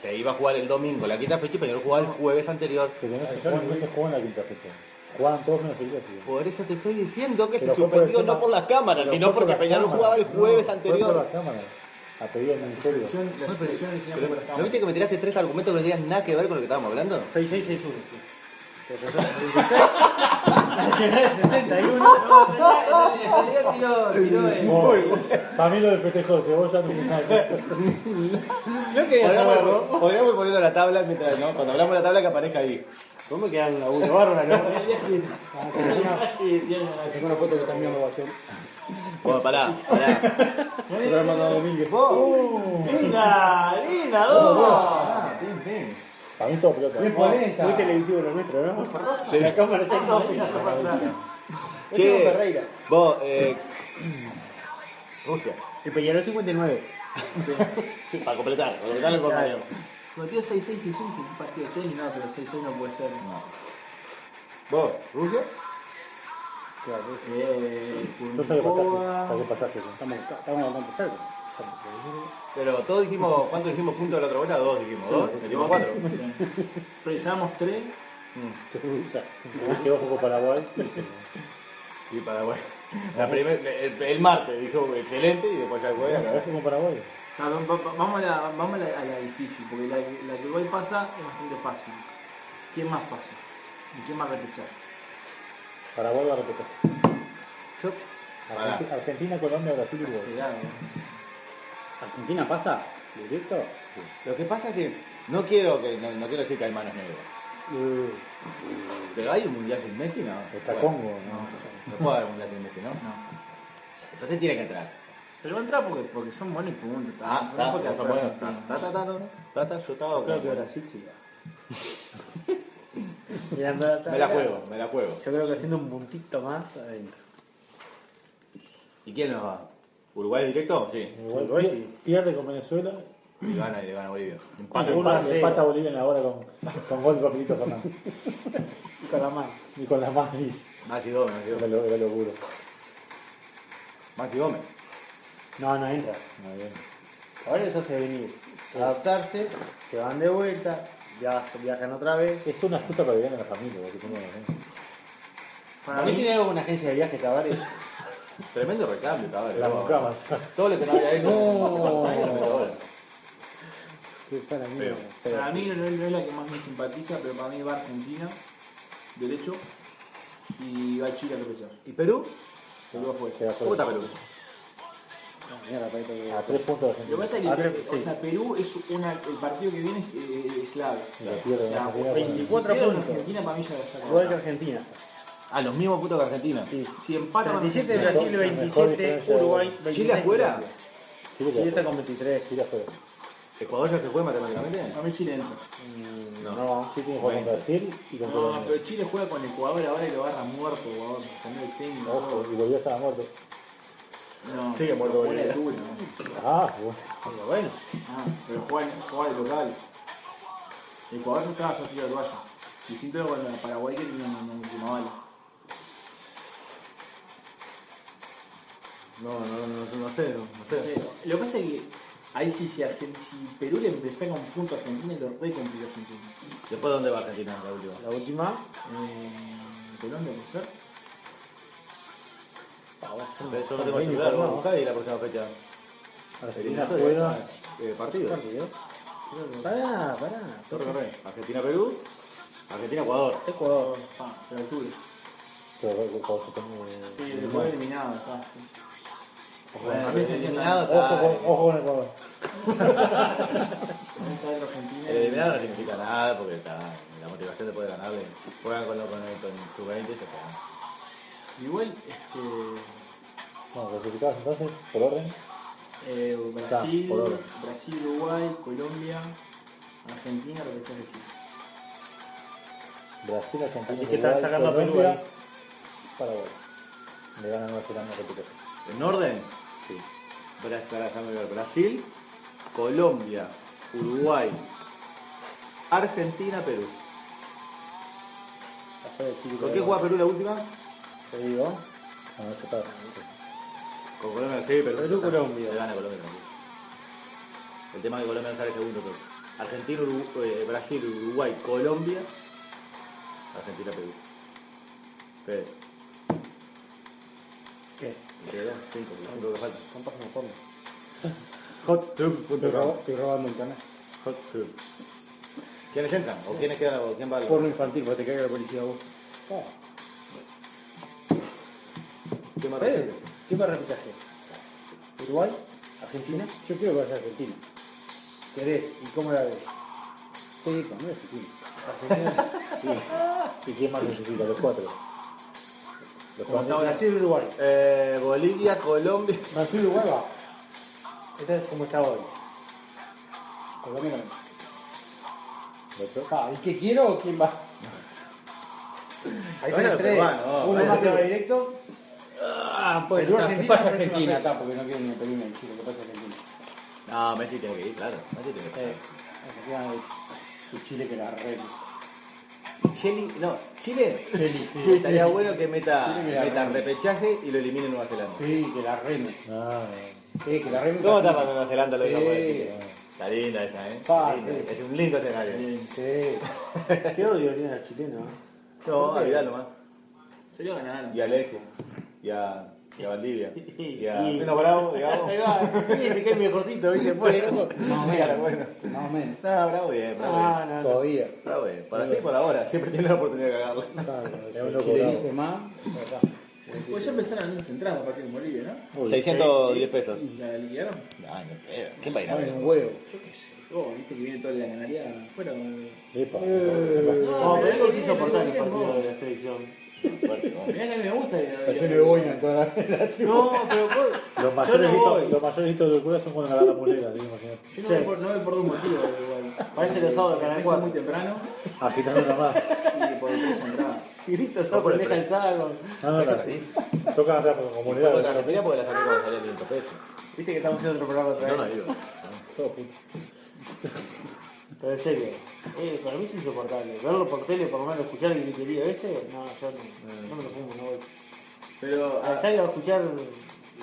D: Se iba a jugar el domingo, la quinta fecha, y Peñarol jugaba el jueves anterior.
G: creo. Pero no se jugó, no se jugó en la quinta fecha. Jugaban todos menos el clásico.
D: Por eso te estoy diciendo que
G: Pero
D: se
G: fue por el
D: suspendió
G: tema-
D: no por las cámaras,
G: pero
D: sino
G: fue por
D: porque
G: las
D: Peñarol
G: cámaras.
D: jugaba el jueves
G: No, Fue por Ah,
D: anterior.
G: las cámaras. A pedido del ministerio.
F: La selección original fue por las
D: ¿No
F: cámaras.
D: viste que me tiraste tres argumentos que no tenían nada que ver con lo que estábamos hablando?
C: 6661. Nacional 61. No, pero ya, en realidad tiró- tiró el-
G: Oh, Para mí lo del festejo de cebolla no tiene nada que ver.
C: No quería estar
D: Podríamos podríamos ir poniendo la tabla mientras, ¿no? Cuando hablamos de la tabla que aparezca ahí.
C: ¿Cómo me quedaron la uno? Bárbara, ¿no?
E: Sacó una foto que está mirando vacío.
D: Bueno, Oh, pará, pará. Oh.
E: Se lo han mandado a Domínguez.
G: Oh,
C: ¡Linda! ¡Linda! ¡Dos!
G: Ah, Para mí todo pelota.
E: Bien por esta.
C: Muy televisivo lo nuestro, ¿no? Sí. La cámara ya no
D: Che,
E: Ferreira.
D: vos, eh... Rusia.
C: El Peñarol 59.
D: Sí, para completar, para completar el compañero.
F: Metió 6-6 y surge un partido de tenis, no, pero 6-6 no puede ser.
D: Vos, Rusia.
F: Eh,
G: Yo saqué pasaje.
F: Puncoa,
G: Saqué pasaje. Estamos estamos bastante cerca.
D: Pero todos dijimos, ¿cuántos dijimos puntos de la otra vuelta? Dos dijimos, dos, metimos cuatro.
F: Precisamos 3.
G: Rusia quedó poco Paraguay.
D: Y Paraguay. La primer, el, el martes dijo excelente y después ya el jueves.
G: Paraguay como Paraguay.
F: Ah, va- va- Vamos, a la, vamos a, la, a la difícil, porque la, que- la que Uruguay pasa es bastante fácil. ¿Quién más pasa? ¿Y quién más va a rechazar?
G: Paraguay va a repetir.
D: Yo-
G: Argenti- Argentina, Colombia, Brasil y Uruguay.
F: Será, ¿no?
E: Argentina pasa directo.
D: Lo que pasa es que no quiero que no, no quiero decir que hay manos negras. Pero hay un mundial sin Messi, no.
G: Está
D: Bueno,
G: Congo, ¿no?
D: No, no puede haber un mundial sin Messi, ¿no? Entonces tiene que entrar.
F: Pero va a entrar porque, porque son buenos puntos.
D: Ah, está,
F: porque
D: porque son
F: afuera
D: buenos.
F: no están.
D: Está, está, está, no, no. Está, está, yo estaba.
F: Creo que Brasil sí va.
D: Me la juego, me la juego.
C: Yo creo que haciendo un puntito más adentro.
D: ¿Y quién nos va? ¿Uruguay directo? Sí.
G: Uruguay pier- pierde con Venezuela.
D: Y gana, y le gana a Bolivia.
G: Empata,
D: Empate.
G: empata,
C: cero.
G: empata Bolivia en la hora con, con gol de Papelito Fernández. y con la mano. Y con la mano. y-
D: Maxi Gómez, Maxi
G: Era
D: Gómez.
G: lo, era lo puro.
D: Maxi Gómez.
C: No, no entra.
G: Muy bien.
C: Ahora eso hace venir.
G: Ah,
C: Adaptarse, se van de vuelta, ya viajan otra vez.
G: Esto es una excusa para vivir en la familia. porque tengo- ¿eh?
C: Para mí tiene algo una agencia de viajes, cabaret.
D: Tremendo recambio, cabrón.
G: Las buscabas.
D: Todo lo que no había hecho hace cuántos años, pero bueno.
E: Qué para mí.
D: Feo.
F: Para mí no, no es la que más me simpatiza, pero para mí va Argentina, derecho, y va Chile a rechazar.
D: ¿Y Perú?
F: Perú afuera.
G: Queda
D: ¿Cómo
G: fuera.
D: está Perú?
G: A tres puntos de
F: Lo que
G: Argentina.
F: pasa es que
C: Ahora,
F: o sea, Perú es una, el partido que viene es, eh, es clave.
G: Y la pierde.
F: O sea,
G: Argentina.
C: 24
F: Pero
C: puntos.
F: Argentina para mí ya la saca.
C: Igual que Argentina.
D: A Ah, los mismos putos que Argentina.
F: Si empatan
C: 37
F: Argentina-
C: Brasil, 27 Uruguay, 23
D: ¿Chile afuera?
C: Colombia.
G: Chile
C: Chile
G: está
C: está con 23.
G: Chile afuera.
D: ¿Ecuador ya se juega matemáticamente?
F: Para mí Chile entra.
G: No, Chile tiene que jugar con Brasil y con
F: No,
G: Colombia.
F: pero Chile juega con Ecuador ahora y lo agarra muerto, Ecuador. Cambió el técnico.
G: Ojo, y volvió a estar muerto.
F: No,
D: Sigue muerto
F: juega
D: Bolivia.
F: de duro, ¿no?
G: Ah, bueno.
D: Bueno.
F: Ah, pero juega, juega de local. Ecuador no estaba Sofía Uruguayo. Distinto era cuando Paraguay que tenía una, una última bala.
D: No, no, no, no sé, no, no sé.
F: Lo que pasa es que ahí sí, si, Argen- si Perú le empezaba un punto a Argentina, lo re complicó Argentina.
D: ¿Después dónde va Argentina la última?
C: La última.
F: Eh, Colombia, ¿puede ser?
D: Pero yo no tengo celular, voy a buscar y la próxima fecha.
G: Argentina juega.
D: Eh, partido.
C: Pará, pará.
D: Corre, corre. Argentina-Perú. Argentina-Ecuador.
C: Ecuador.
F: Ah, pero Arturo.
G: Pero pero, pero, pero,
F: Sí, lo fue eliminado, está.
D: Bueno,
F: también
D: el
F: tenía
D: eliminado
G: Ojo
D: está.
G: con, ojo con Ecuador.
F: Ahí está el Argentina.
D: El eliminado no significa nada porque está. La motivación después de ganarle. Juegan con los con el con su 20 y se juegan.
F: Igual, este.
G: No, clasificados entonces, por orden.
F: eh,
G: Está,
F: Brasil,
G: por orden.
F: Brasil, Uruguay, Colombia, Argentina, lo que estás diciendo.
G: Brasil, Argentina,
C: Así que están sacando a Perú
G: Colombia,
C: ahí.
G: Paraguay. Le ganan a Nueva Zelanda, repito.
D: ¿En orden? Sí. Brasil, Brasil, Colombia, Uruguay, Argentina, Perú. ¿Con qué juega Perú la última?
C: Te digo.
G: No, no, está.
D: Con Colombia, sí, Perú.
C: Perú, Colombia.
D: Le gana Colombia también. El tema es que Colombia no sale segundo, pero. Argentina, Urugu- eh, Brasil, Uruguay, Colombia, Argentina, Perú. Fede,
C: ¿Qué? Ah.
D: ¿te quedó? Cinco, los cinco que faltan.
C: ¿Cuántos me ponen?
E: Estoy, rob- estoy robando internet.
D: Hot Tub. ¿Quiénes entran? ¿O quiénes quedan? ¿O quién va al-
E: Porno infantil, para te caiga la policía a vos.
D: ¿Quién va al-
E: Pedro, ¿qué más repechaje? ¿Uruguay? ¿Argentina? Yo creo que va a ser Argentina. ¿Querés? ¿Y cómo la ves? Sí, conmigo Argentina.
G: ¿Y quién más clasifica? Los cuatro. Los
E: Como
G: cuatro.
E: está Brasil Uruguay.
D: Eh, Bolivia, Colombia.
E: Brasil Uruguay va. Esta es como está hoy. Colombia no.
G: Los otros.
E: Ah, ¿y qué quiero o quién va? Ahí
D: Bueno, pero
E: están tres.
D: bueno, no,
E: Uno
D: bueno.
E: más que va directo. Ah, pues.
C: Perú,
E: no,
C: Argentina,
E: ¿Qué pasa
C: no es una
E: Argentina
C: fecha.
E: acá? Porque no quiero ni a Perú ni a Chile. ¿Qué pasa Argentina?
D: No, Messi tiene que ir, claro. Messi tiene que ir.
E: Eh, Argentina no es. Y Chile que la arregle.
D: Chile, no, Chile.
E: Chile,
D: Sí,
E: sí.
D: estaría bueno que meta,
E: Chile me la
D: meta
E: arregla.
D: repechaje y lo elimine Nueva Zelanda.
E: Sí, que la arregle.
G: Ah,
E: Sí, que la arregle.
D: ¿Cómo está para Nueva Zelanda lo que
E: Sí.
D: vamos a decir? Está linda esa, ¿eh?
E: Pa,
D: Está linda.
E: Ah, sí.
D: Es un lindo escenario.
E: Sí.
C: Qué odio tiene la chilena.
D: No, a Vidal nomás.
F: Se lo ganaron.
D: Y a Alexis. Y a, y a Valdivia. Y a
C: Y-
D: Pino Bravo, digamos.
C: Ahí va. Fíjate que es mejorcito, ¿viste? Pone, loco.
E: Más o
D: Claro,
E: menos.
D: bueno.
E: Más o menos.
D: No, Bravo bien, Bravo
E: Ah.
C: No,
D: bien.
C: no, no.
E: Todavía.
D: Bravo bien. Por así y por ahora. Siempre tiene la oportunidad de cagarla.
G: es un
E: Si
G: loco
E: le
G: bravo.
E: dice más, acá.
F: Pues ya empezaron a centrados para que en Bolivia, ¿no?
D: 610 pesos.
F: La liquidaron.
D: No, no creo. ¿Qué vaina?
E: Dame un huevo.
F: Yo qué sé. Oh, viste que viene toda la canaria afuera.
G: Epa.
E: Eh.
C: No, pero algo se hizo portar el partido de la selección.
D: Fuerte, ¿no?
F: Mirá que a mí me gusta.
E: Yo le voy a encuadrar la
C: No, pero vos-
G: Los
C: yo
G: mayores,
C: no
G: hitos,
C: voy.
G: los mayores hitos de locura son cuando agarra la mulera, así que imagínate.
F: Yo no voy por- no voy por dos motivos, igual.
C: Parece los sábados de Canal
F: Me fui
C: 4.
F: muy temprano
G: Agitando la más.
F: y por tres entradas.
C: Grito, todo
D: por el
C: pendeja
D: precio.
C: alzada con.
G: No, no, no. Toca atrás con
D: Fue contra
G: comunidad.
D: Argentina porque la saqué cuando salía 500 pesos.
C: Viste que estamos haciendo otro programa otra
D: No,
C: vez.
D: no, digo.
G: Todo puto.
C: Pero en serio, eh, para mí es insoportable. Verlo por tele, por lo menos escuchar el griterío ese, no, yo no, no me lo fumo, no voy.
D: Pero ah,
C: Al estadio a escuchar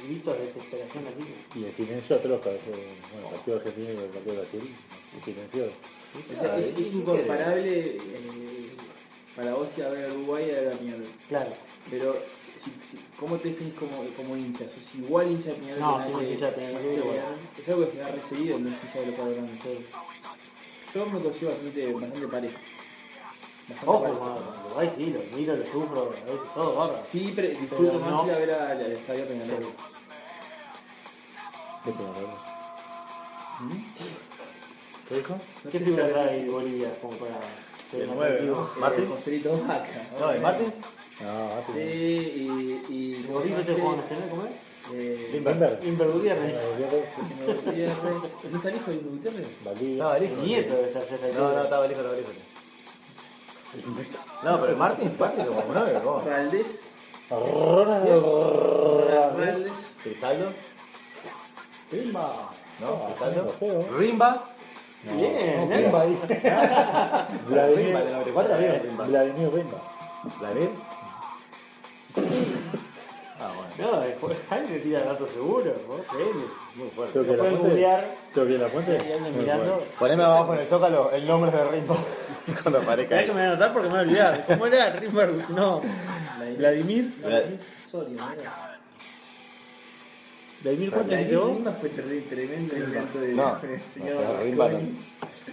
C: gritos de desesperación así.
G: Y el silencio atroz, parece. eh, Bueno, el partido argentino y el partido Brasil. El silencio.
F: O sea, es, es incomparable eh, para vos ir a ver a Uruguay y a ver a Peñarol.
C: Claro.
F: Pero, si, si- ¿cómo te definís como, como hincha? ¿Sos igual hincha de Peñarol?
C: No,
F: que
C: soy
F: nadie?
C: hincha de Peñarol,
F: Este,
C: igual.
F: Es algo que se da re seguido en los hinchas de los cuadros grandes. Yo me consigo bastante, bastante parejo. Bastante
C: Ojo,
F: parejo.
C: hermano, lo vais, sí, lo miro, lo sufro, a veces todo, barra.
F: Sí, pero disfruto
C: Pero
F: más
C: no.
F: ir a ver a- al estadio Peñarol.
G: Qué pena,
D: ¿Qué dijo?
F: No
C: ¿Qué
F: sé
C: figura
F: si-
C: trae Bolivia como para ser
D: El
C: más
D: nueve,
C: atractivo?
D: ¿no?
F: eh,
D: ¿Martín?
F: Joselito Vaca.
D: No, ¿el Martins?
G: No, ah,
F: Sí, y. y
C: ¿Vos no te jugó nacional comer?
F: Eh,
G: Lindbergh.
C: Inver Gutiérrez.
F: Inver Gutiérrez. ¿No está el hijo de Inver Gutiérrez?
G: Valdivia.
D: Estaba listo.
C: Nieto debe ser César
D: No, no,
C: Gutiérrez.
D: estaba listo, estaba listo. No, pero Martín parte como un nueve, ¿cómo?
F: Raldes.
G: Ronald.
F: Raldes.
D: Cristaldo.
G: Simba.
D: No,
G: No,
D: Cristaldo.
G: feo.
D: Rimba.
C: Bien,
G: no,
C: ¿eh?
G: Rimba.
D: Rimba, de
G: Vladimir.
D: 94 había Rimba.
G: Vladimir Rimba.
D: ¿Vladimir? Ah, bueno.
C: No, después Jaime tira datos seguros, vos, créeme.
D: Muy fuerte.
G: Creo que la
C: Pueden
G: fuente.
C: googlear
G: Creo que la fuente.
C: y alguien
G: Muy
C: mirando.
G: bueno.
D: Poneme abajo en el zócalo el nombre de Rimba cuando aparezca.
C: Sabés que me voy a anotar porque me voy a olvidar. ¿Cómo era? Rimmer, no. Vladimir.
D: Vladimir.
F: Soria, mira.
C: Vladimir, ¿cuánto
F: La
C: te quedó?
F: Lima fue terri- tremendo el evento de
D: No,
F: del señor
D: no sé,
F: Marconi.
D: Rimba no.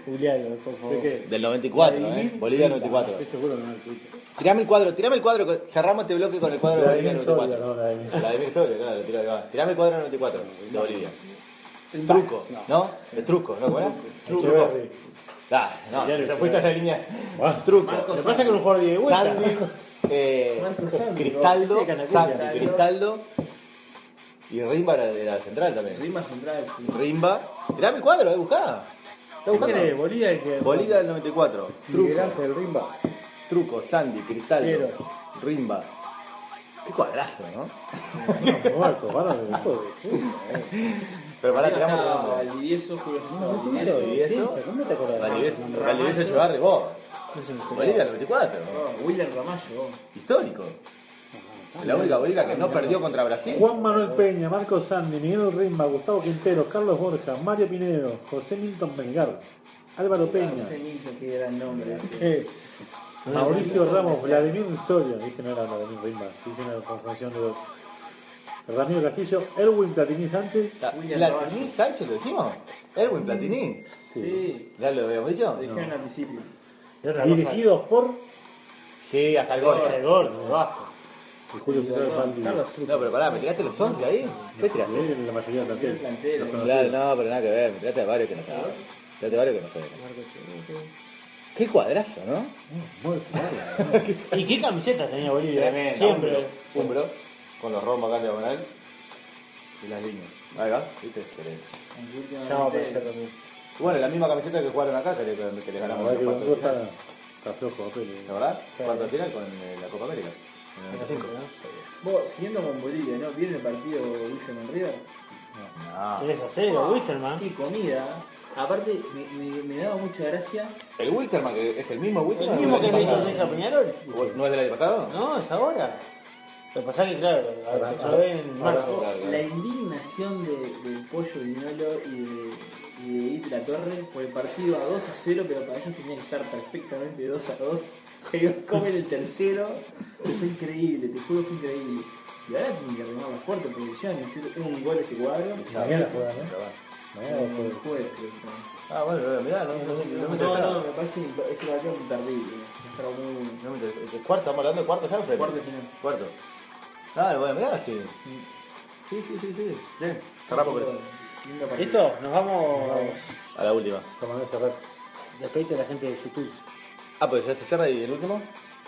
C: Juliano, por favor.
D: Del 94, ¿eh? Bolivia 94.
G: Estoy seguro que no es el
D: Tirame el cuadro, tirame el cuadro. con- Cerramos este bloque con el cuadro de Bolivia
G: Vladimir Soria,
D: 94.
G: no, Vladimir.
D: Vladimir Soria, claro, lo tiró ahí va. Tirame el cuadro 94 de Bolivia. Truco, ¿no? El truco, ¿no? ¿Cómo era? Truco.
G: Echeverri.
D: Ah, no,
G: Ya lo
D: te fuiste a la línea.
G: Ah.
D: Truco.
G: Lo que pasa es que era un jugador de vuelta.
D: Sandy, eh, Cristaldo, Sandy, Cristaldo y Rimba era de la central también.
F: Rima central, sí.
D: Rimba. Tirame el cuadro, eh, buscá. ¿Está
C: ¿Qué querés?
D: buscando?
C: Bolivia y que.
D: Bolivia del 94.
E: Miguel
D: Truco.
E: Ángel Rimba.
D: Truco, Sandy, Cristaldo,
E: Piero.
D: Rimba. Qué cuadrazo, ¿no?
G: Marco, para de hijo de
D: Pero pará,
F: Arriba
D: tiramos
F: estaba
D: el nombre.
F: Valdivieso, Julio César
E: No,
F: Valdivieso.
E: claro,
D: ¿y eso?
E: Ciencia, ¿Cómo te acordás?
D: Valdivieso,
E: No,
D: Valdivieso Echevarri, vos. Bolivia, 94.
F: Oh, William Ramallo.
D: Histórico. La única Bolivia que no perdió contra Brasil.
G: Juan Manuel Peña, Marco Sandy, Miguel Rimba, Gustavo Quintero, Carlos Borja, Mario Pinedo, José Milton Belgar, Álvaro Peña,
F: José Nilsson, qué gran nombre.
G: eh, Mauricio Ramos, Vladimir Soria, este no era Vladimir Rimba, hice una conjunción de dos. Ramiro Castillo, Erwin Platini Sánchez,
D: La- Platini, Sánchez, lo dijimos. Erwin Platini.
F: Sí,
D: ¿Ya lo habíamos dicho?
F: lo dijeron al principio.
G: dirigidos por
D: Sí, hasta el gol.
C: Gordo, bajo.
G: y Julio César Valdivia.
D: No, pero pará, ¿me tiraste los 11 ahí? ¿Qué tiraste?
G: Sí, la mayoría de
F: El
G: plantel.
F: plantero.
D: Claro, no, pero nada que ver. Me tiraste a varios que no saben. Me Tiraste a varios que no saben. Qué cuadrazo, ¿no?
C: ¿Y qué camiseta tenía Bolivia?
D: Siempre. Umbro, con los rombos acá diagonal y las líneas. Ahí va, ¿viste? Excelente. Y Bueno, la misma camiseta que jugaron acá, que le, que le
G: La
D: ganamos en
G: verdad que
D: los
G: Bongo
D: cuartos de
G: está,
D: final.
G: está flojo, papel.
D: ¿La verdad? Cuarto de final con eh, la Copa América. En el 95.
F: Vos, siguiendo con Bolivia, ¿no? ¿Vieron el partido Wilson en River?
D: No.
C: 3 a 0,
E: ¿Ah?
C: Wisterman.
F: Qué comida. Aparte, me, me, me daba mucha gracia.
D: El Wilterman, que es el mismo Wilterman.
C: ¿El mismo
D: del
C: que
D: año
C: le hizo
D: pasado.
C: César Peñarol?
D: ¿No es del año pasado?
C: No, es ahora. Lo que pasa es que, claro, a- se lo ve en marzo.
D: Ah, Claro,
F: La
D: claro.
F: indignación de, del Pollo Vinolo y de, y de It La Torre por el partido a 2 a 0, pero para ellos tenía que estar perfectamente 2 a 2. Ellos comen el tercero. Fue increíble, te juro, fue increíble. Y ahora tienen que arreglarla fuerte porque ya no tiene un gol este cuadro.
G: Mañana juega, ¿no?
F: Eh,
G: Mañana juega.
F: jueves, creo.
D: Ah, bueno, pero mirá, no, no, no, no me
F: No,
D: interesaba.
F: no, me parece que ese partido es terrible. Está muy...
D: No me interesa. ¿El ¿Cuarto? ¿Estamos hablando de cuarto ya? Fede?
F: Cuarto final.
D: Cuarto. Ah, bueno, mirá, sí.
F: Sí, sí, sí, sí.
D: Bien, cerramos con eso.
F: Lindo partido.
C: ¿Listo? Nos vamos.
D: A la última.
G: Como no cerrar.
C: Despedite a la gente de YouTube.
D: Ah, pues ya se cierra y el último.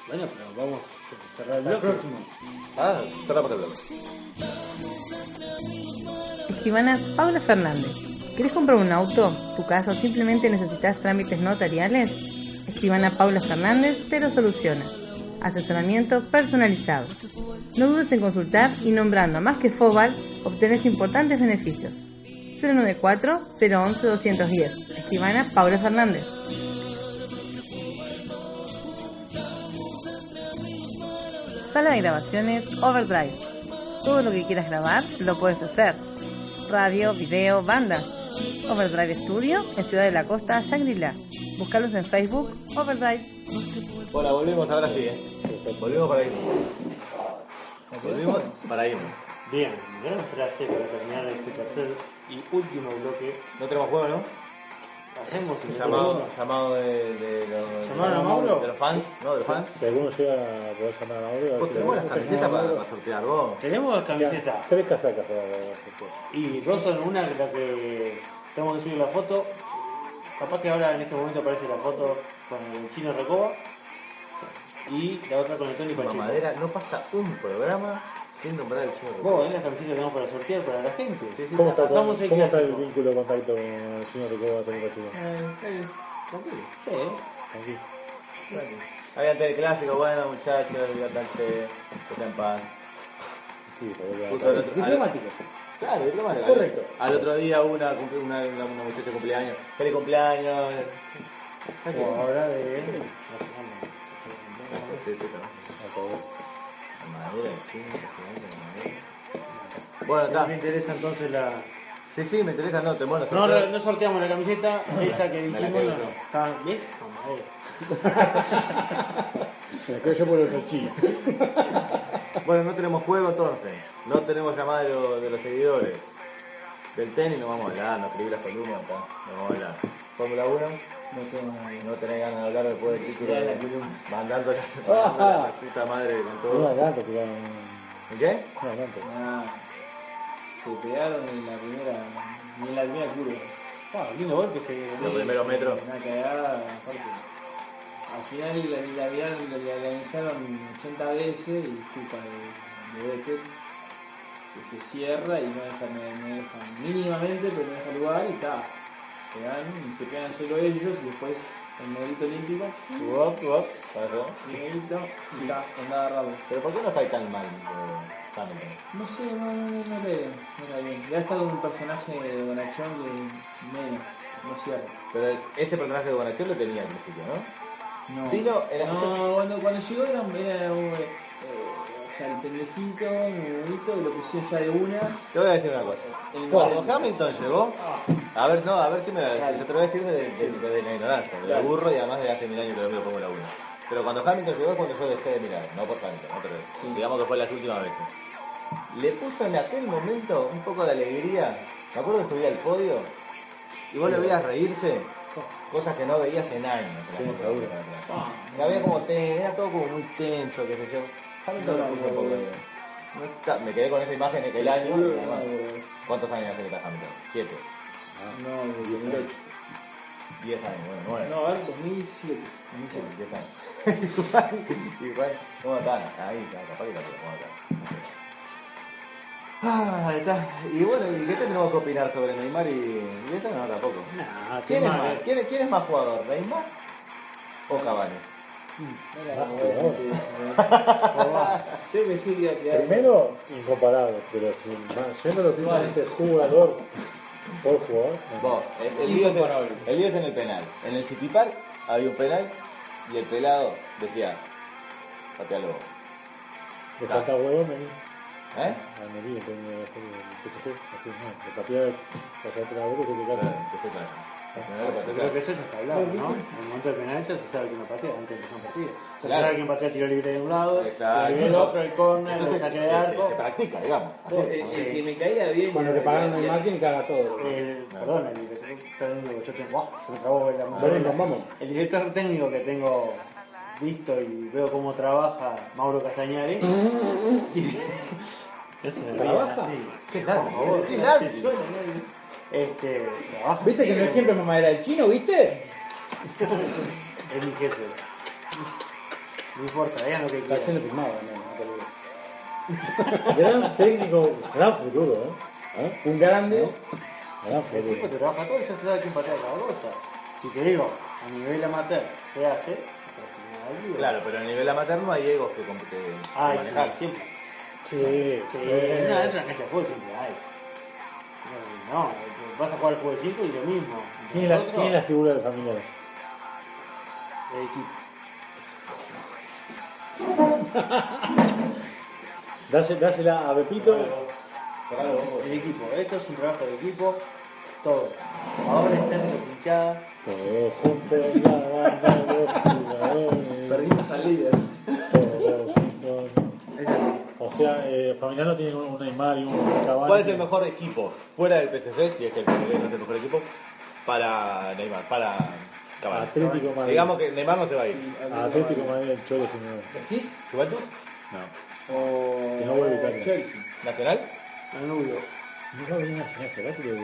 C: Bueno, pero vamos a cerrar el bloque.
D: Ah, cerramos el bloque.
I: Escribana Paula Fernández. ¿Querés comprar un auto, tu casa o simplemente necesitas trámites notariales? Escribana Paula Fernández te lo soluciona. Asesoramiento personalizado. No dudes en consultar y nombrando a más que Fobal obtenés importantes beneficios. 094-011-210. Escribana Paula Fernández. Sala de grabaciones Overdrive. Todo lo que quieras grabar lo puedes hacer. Radio, video, banda. Overdrive Studio en Ciudad de la Costa, Shangri-La. Búscalos en Facebook, Overdrive.
D: Bueno, volvemos ahora sí, eh. Volvemos para irnos. Volvemos para irnos.
C: Bien, gran frase para terminar este tercer y último bloque.
D: No tenemos juego, ¿no?
C: Hacemos el
D: Llamado, llamado de, de, los-
C: ¿Llamaron a Mauro?
D: de los fans, ¿no? De los fans.
G: Si alguno llega a poder llamar a Mauro, a ver
D: Vos
G: si
D: tenemos
G: lo-
D: las camisetas para, para sortear, vos.
C: Tenemos camiseta
G: Quedan Tres casacas para después.
C: y Rosa en una la que tengo que subir la foto. Capaz que ahora en este momento aparece la foto con el chino Recoba. Y y la otra con Antonio Pacheco.
D: Mamadera, no pasa un programa sin nombrar al chino
C: Vos,
D: Recoleta.
C: es la camiseta que vamos para sortear para la gente.
G: ¿Cómo está, con-
C: Pasamos el
G: ¿cómo está el
C: clásico.
G: vínculo de contacto con el señor de Cuba, Antonio Pacheco?
C: Eh, Sí,
G: Tranquilo.
D: Ahí ante el clásico, bueno muchachos, diviértanse, que estén en paz.
G: Sí, pero ya-
D: Justo al otro- al-
E: Diplomático.
D: Claro, diplomático.
E: Correcto.
D: Al, al otro día una, cumple- una, una, una muchacha de cumpleaños. Feliz cumpleaños.
C: O ahora de.
D: Sí, sí, sí. Madera, chino, Bueno,
C: No me
D: está.
C: interesa entonces la.
D: Sí, sí, me interesa, no, te mono.
C: No, no, no sorteamos la camiseta, esa que
D: Me la
C: dijimos.
D: quedo
C: no.
D: yo.
C: Está bien, mamadera.
G: Me creo yo por los salchichos.
D: Bueno, no tenemos juego entonces. No tenemos llamada de, lo- de los seguidores. Del tenis no vamos a hablar, no escribí las columnas, acá. no vamos a hablar. Fórmula 1,
F: No tengo nada.
D: no tenés ganas de hablar después del título. de- Mandando la, mandando la puta madre con
G: No
D: todo.
G: era tanto, que era un-
D: ¿Qué?
G: no era tanto.
F: Ah, se pegaron en la primera, ni en la primera curva. Wow, lindo golpe se
D: Los primeros metros.
F: Una cagada, aparte. Al final la, la, vieron- la, la analizaron 80 veces y es culpa de, de Beckett, que se cierra y no deja, no, no deja mínimamente, pero no deja lugar y está. Se dan y se pegan solo ellos y después el negrito olímpico,
D: Guap, guap, pasó.
F: el negrito y está, andaba rápido.
D: Pero ¿por qué no cae tan mal eh, Hamilton?
F: No sé, no, no, no, no le no era bien. Ya está con un personaje de Bonachón que menos, no cierra.
D: Pero ese personaje de Bonachón lo tenía al principio, ¿no?
F: No.
D: Vino en la
F: no, cuando, cuando llegó era, un- era un, eh, o sea, el pendejito, un bonito, y lo pusieron ya de una.
D: Te voy a decir una cosa.
F: En
D: Cuando Hamilton llegó, a ver, no, a ver si me si yo te lo voy a decir desde de, de la ignorancia, del burro y además de hace mil años que no me pongo la una. Pero cuando Hamilton llegó es cuando yo dejé de mirar, no por tanto, no pero digamos que fue las últimas veces. Le puso en aquel momento un poco de alegría, me acuerdo que subía al podio y vos le veías reírse, cosas que no veías en años. en la Fórmula 1, la verdad. La veía como ten- era todo como muy tenso, qué sé yo. Hamilton le puso un poco de- no está- Me quedé con esa imagen aquel año. y además- ¿Cuántos años hace que está Hamilton? ¿Siete?
F: No, en el 2008.
D: ¿Diez años? Bueno, nueve.
F: No, a ver, 2007.
D: Sí, diez años. igual, igual. ¿Cómo está? Ahí está, capaz que la pega, ¿cómo está? Ah, ahí está. Y bueno, ¿y qué tenemos que opinar sobre Neymar y, y eso? No, tampoco.
C: Nah, qué
D: ¿Quién es,
C: mal,
D: más,
C: eh.
D: ¿Quién, es- quién es más jugador? ¿Neymar o Cavani?
G: Ah,
F: Yo pensé que iba a quedar.
G: Primero, incomparable, pero sin más, yendo lo simplemente jugador por jugador. no.
D: Vos, el, el lío es en, el lío es en el penal. En el City Park había un penal y el pelado decía, patealo vos.
G: Le falta huevo, me Ah,
D: ¿Eh?
G: a Meri, tenía que hacer el PSG, así es, no, le pateaba, pasaba la bola y se te cae.
C: Creo que
D: Claro,
C: eso ya está hablado, ¿no? En el momento del penal ya se sabe quién lo patea antes de empezar un partido. Se
D: Claro.
C: sabe quién patea el tiro libre de un lado,
D: Exacto.
C: el libre del otro, el córner,
D: Entonces,
C: el
D: se,
C: saque de
D: se- se
C: arco.
D: practica, digamos. Así,
F: El, el eh, que me caía bien.
E: Cuando le pagaron el marketing, caga todo.
C: El, perdón, el director técnico, yo tengo, ¡ah! se me trabó la mano.
G: Bueno, nos vamos.
C: El director técnico que tengo visto y veo cómo trabaja Mauro Castañari. ¿Trabaja?
D: ¿Qué tal? ¿Qué tal?
C: Este, trabaja.
E: ¿Viste que no es siempre mamadera del chino, viste?
C: Es mi jefe. No importa, vean lo que
E: Está siendo
C: quieran.
E: firmado, no, no te olvides.
G: Gran técnico, gran futuro, ¿eh? ¿Eh?
E: Un grande.
C: El
G: Gran
C: tipo
G: futuro.
C: se trabaja todo y ya se sabe quién patea la bolsa. Si te digo, a nivel amateur se hace, pero si no,
D: Claro, pero a nivel amateur no hay egos que, com- que- que
C: Ay, sí,
D: manejar.
C: siempre. Sí,
G: Sí,
E: Eh.
G: sí.
C: no, Eh, es una cancha de fútbol siempre hay. No, no, vas a jugar al fútbol 5 y lo mismo.
G: ¿Quién es la,
C: Nosotros,
G: quién es la figura de familia?
C: el equipo.
G: Dásela, dásela a Pepito.
C: El equipo, esto es un trabajo de equipo, todo. Ahora está en la pinchada.
G: Todos juntos, la banda, los jugadores.
D: Perdimos al líder.
G: Todos juntos. O sea, eh, Fabiano tiene un Neymar y un Cavani.
D: ¿Cuál es el mejor equipo fuera del PSC, si es que el PSC no es el mejor equipo, para Neymar, para Cavani?
G: Atlético Madrid.
D: Digamos que Neymar no se va a ir.
G: Atlético Madrid, el Cholo Simeone.
F: ¿Decís?
D: ¿Juventus?
G: No.
F: O
G: Que no vuelve Italia.
F: Chelsea. Ah,
D: ¿Nacional?
F: Anubio.
G: No, no, una señal solar, pero.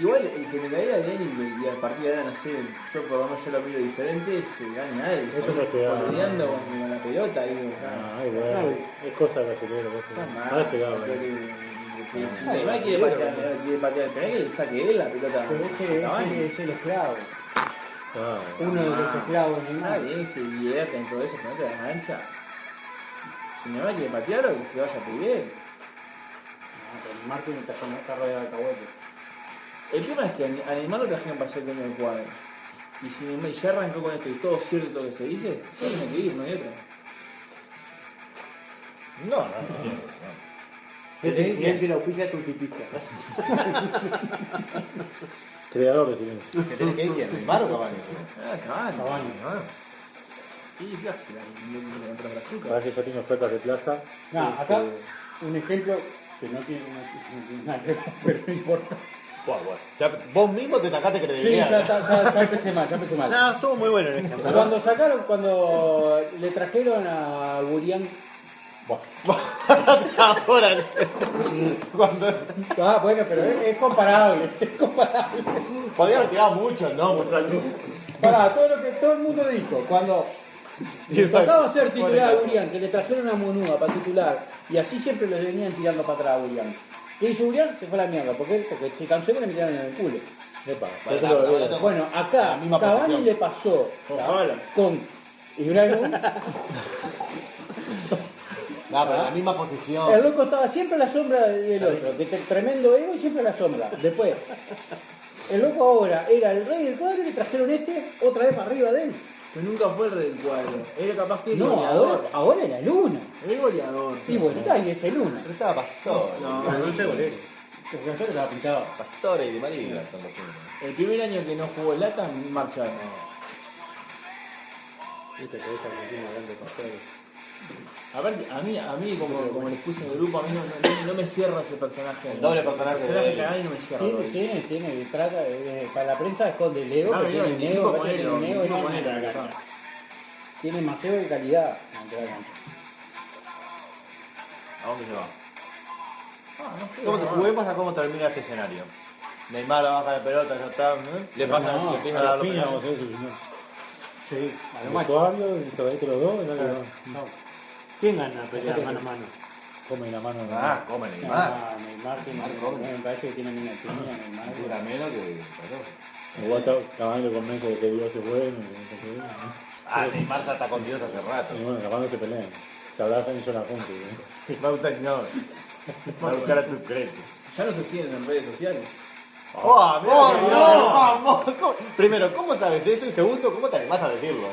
F: Igual, el que me caiga bien y, y a partir de ahora, no sé, yo por lo menos yo lo pido diferente, se gana él.
G: Eso no te da.
F: Rodeando con, con la pelota, digo,
G: Ah, ay, bueno, es cosa de la cerebro,
F: está mal.
G: No pegado,
F: Creo
G: ¿eh?
F: que- que- que- que- Neymar quiere patear, quiere patear el penal que le saque él la pelota.
E: Pero ese,
F: Cavani.
E: ese es el esclavo.
G: Ah,
E: Uno de los esclavos en el
F: Ah,
E: mar.
F: bien, se divierte en todo eso, pero no te la mancha. Si Neymar quiere patearlo, que se vaya a pedir.
C: El Martín está, está rodeado de cahuetes.
F: El tema es que a Neymar lo trajeron para ser dueño del cuadro. Y si Neymar ya arrancó con esto y todo cierto todo lo que se dice, se va a tener que ir, no hay otra.
D: No, no, no.
C: Tenés que decir la auspicia de Tultipizza.
G: creador de silencio.
D: ¿Que tiene que ir quién? ¿Neymar o Cavani?
F: Ah, Cavani.
D: Cavani, ¿no?
F: Sí, ¿qué hace? Ahí, Contra Brazuca.
G: Parece que ya tiene ofertas de plaza.
E: No, acá un ejemplo que no tiene, una- no tiene nada que ver, pero no importa.
D: Buah, buah. Ya, vos mismo te sacaste
E: Sí, ya,
D: credibilidad.
E: ya, ya, ya empecé mal, ya empecé mal.
D: No, estuvo muy bueno este el ejemplo.
E: Cuando sacaron, cuando le trajeron a Burian.
D: Ahora, cuando...
E: Ah, bueno, pero es, es comparable, es comparable.
D: Podía haber tirado mucho, ¿no? Por salud.
E: Para todo lo que todo el mundo dijo, cuando le tocaba ser titular a Burian, que le trajeron a Monúa para titular, y así siempre lo venían tirando para atrás a Burian. ¿Qué hizo Burian? Se fue a la mierda, porque, porque se cansó que le metieron en el culo.
G: Epa,
D: Bueno,
G: ya te lo-
D: la- la- la-
E: Bueno, acá
D: La misma
E: Cavani
D: posición.
E: le pasó
F: Con Zavala.
E: con Ibrahimovic.
D: No, pero en la misma posición.
E: El loco estaba siempre a la sombra del otro, que te- tremendo ego y siempre a la sombra. Después, el loco ahora era el rey del cuadro y le trajeron este otra vez para arriba de él.
F: Pero nunca fue el del cuadro. Era capaz que el
E: No, ahora,
F: goleador.
E: ahora era el uno.
F: El goleador.
E: Y bueno, está, y es el uno.
D: Pero estaba Pastore.
F: No,
E: Porque nosotros estaba pintado.
D: Pastore y Di María son los únicos.
F: el primer año que no jugó Lata, marcharon.
C: Viste que es Argentina grande pastores.
F: Aparte, a mí, a mí como, como les puse en el grupo, a mí no, no- no me cierra ese personaje.
D: El doble personaje
F: El personaje
D: de él.
F: Cavani no me cierra.
E: Tiene,
F: doble.
E: tiene, tiene, trata, eh, para la prensa esconde el ego,
F: Ah,
E: que
F: mirá,
E: tiene el
F: el
E: ego,
F: tipo
E: tiene
F: con
E: el
F: él,
E: ego,
F: el tipo
E: no,
F: con
E: no,
F: él,
E: no,
F: acá.
E: no. tiene más ego que calidad. dentro de la cancha.
D: ¿A dónde se va?
F: Ah, no sé,
D: ¿Cómo que
F: no,
D: juguemos a cómo termina este escenario? Neymar baja la pelota, ya está. ¿eh? Le pasa,
E: No,
D: le empieza
G: A
D: a dar
G: la
D: los
G: piña vamos
D: penales.
G: a hacer eso, si no.
C: Sí, a lo
G: El
C: macho.
G: Suavio y Sabadetti los dos, y dale, no.
C: No. ¿Quién gana a pelear mano a mano?
G: come la mano. ¿no?
D: Ah, come Neymar.
E: Ah, Neymar tiene,
D: come.
E: me parece que tiene mina, tiene mina, Neymar.
D: Dura menos que.
G: Igual está- Cavani lo convence de que Dios es bueno. y no sé qué, ¿no?
D: Ah, Neymar ya está con Dios hace rato.
G: Y bueno, Cavani se pelean. Se abrazan y lloran juntos. ¿eh?
D: Va a un señor. Va a buscar a tu crédito.
F: Ya no se siguen en redes sociales.
D: ¡Oh, mira que bien! ¡Vamos! ¿Cómo- Primero, ¿cómo sabes eso? Y segundo, ¿cómo te animás a decirlo?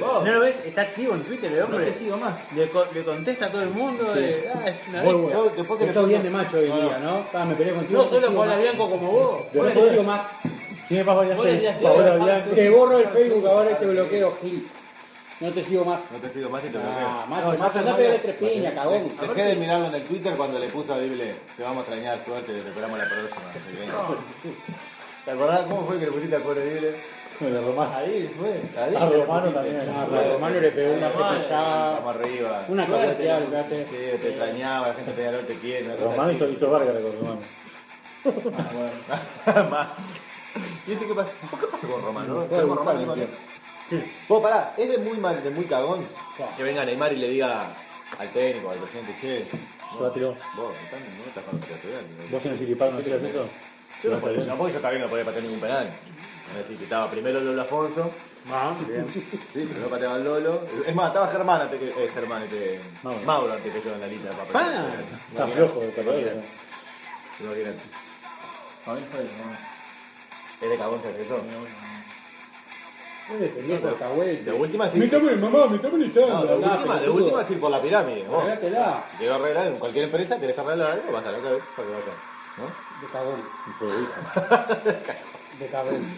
C: ¿No lo ves? Está activo en Twitter el
F: No
C: hombre.
F: te sigo más.
C: Le, co- le contesta a todo el mundo. de, ah, es una bestia.
E: Muy bueno.
D: Yo, después que le
E: Sos
D: pongo-
E: bien de macho hoy día, ¿no? Ah, me peleé contigo.
C: No solo
E: contigo
C: con la
E: más.
C: Bianco como vos.
E: Yo
G: Después-
E: te digo más.
G: Sí, me paso
F: Vos le decías,
G: ya.
F: "Tío,
G: Ahora
F: la
G: ya.
F: fase".
E: Te borro el Facebook ahora y te bloqueo, Gil. No te sigo más.
D: No te sigo más y te bloqueo.
E: Ah,
D: No,
E: macho,
D: ya
E: macho,
D: te-
E: no te doy tres piñas, cagón.
D: Dejé de mirarlo en el Twitter cuando le puso a Bible, te vamos a extrañar, suerte, te esperamos la próxima. así que venga. ¿Te acordás cómo fue que le pusiste al pobre Bible?
G: Bueno, Román.
F: Ahí fue.
D: Ahí
G: A
D: que le
G: Romano
D: pusiste.
G: también.
E: Ah, pero Romano le pegó una
D: Vamos
E: flecha
D: arriba.
E: Una cagoteada, le pegaste.
D: Sí, te extrañaba, la gente Peñarol te quiere. una cosa
G: Román
D: así.
G: hizo, hizo Vargas con Román.
D: Más. ¿Viste este qué pasó? ¿Por qué pasó con Romano? Enfermo Romano, Romano. Vos pará, es de muy mal, de muy cagón que venga Neymar y le diga al técnico, al presidente, che,
G: Yo la tiró.
D: vos, no estás- no estás jugando para estudiar.
G: Vos en el Siripal no tiras eso.
D: Yo no, podía, no, porque yo también no podía patear ningún penal. Es decir, que estaba primero Lolo Afonso. Sí, pero no pateaba el Lolo. Es más, estaba Germán antes que. eh, Germán, este.
G: Mauro.
D: Mauro. Ah, antes que yo en la lista de papel.
G: Está flojo de perder.
D: Imagínate. Imagínate.
F: Para mí fue el más.
D: Es de cagón se asesor.
E: No le peleé por
D: De
E: Cahuete.
D: última sí.
E: Mi también, mamá, mi también está.
D: No, Eh. de
E: Andá,
D: última, de
E: pelotudo.
D: última sí por la pirámide. vos.
E: Cagátela,
D: Quiero arreglar en cualquier empresa, querés arreglar algo, vas a la cabeza para que vaya. ¿No?
E: De cagón. De cagón.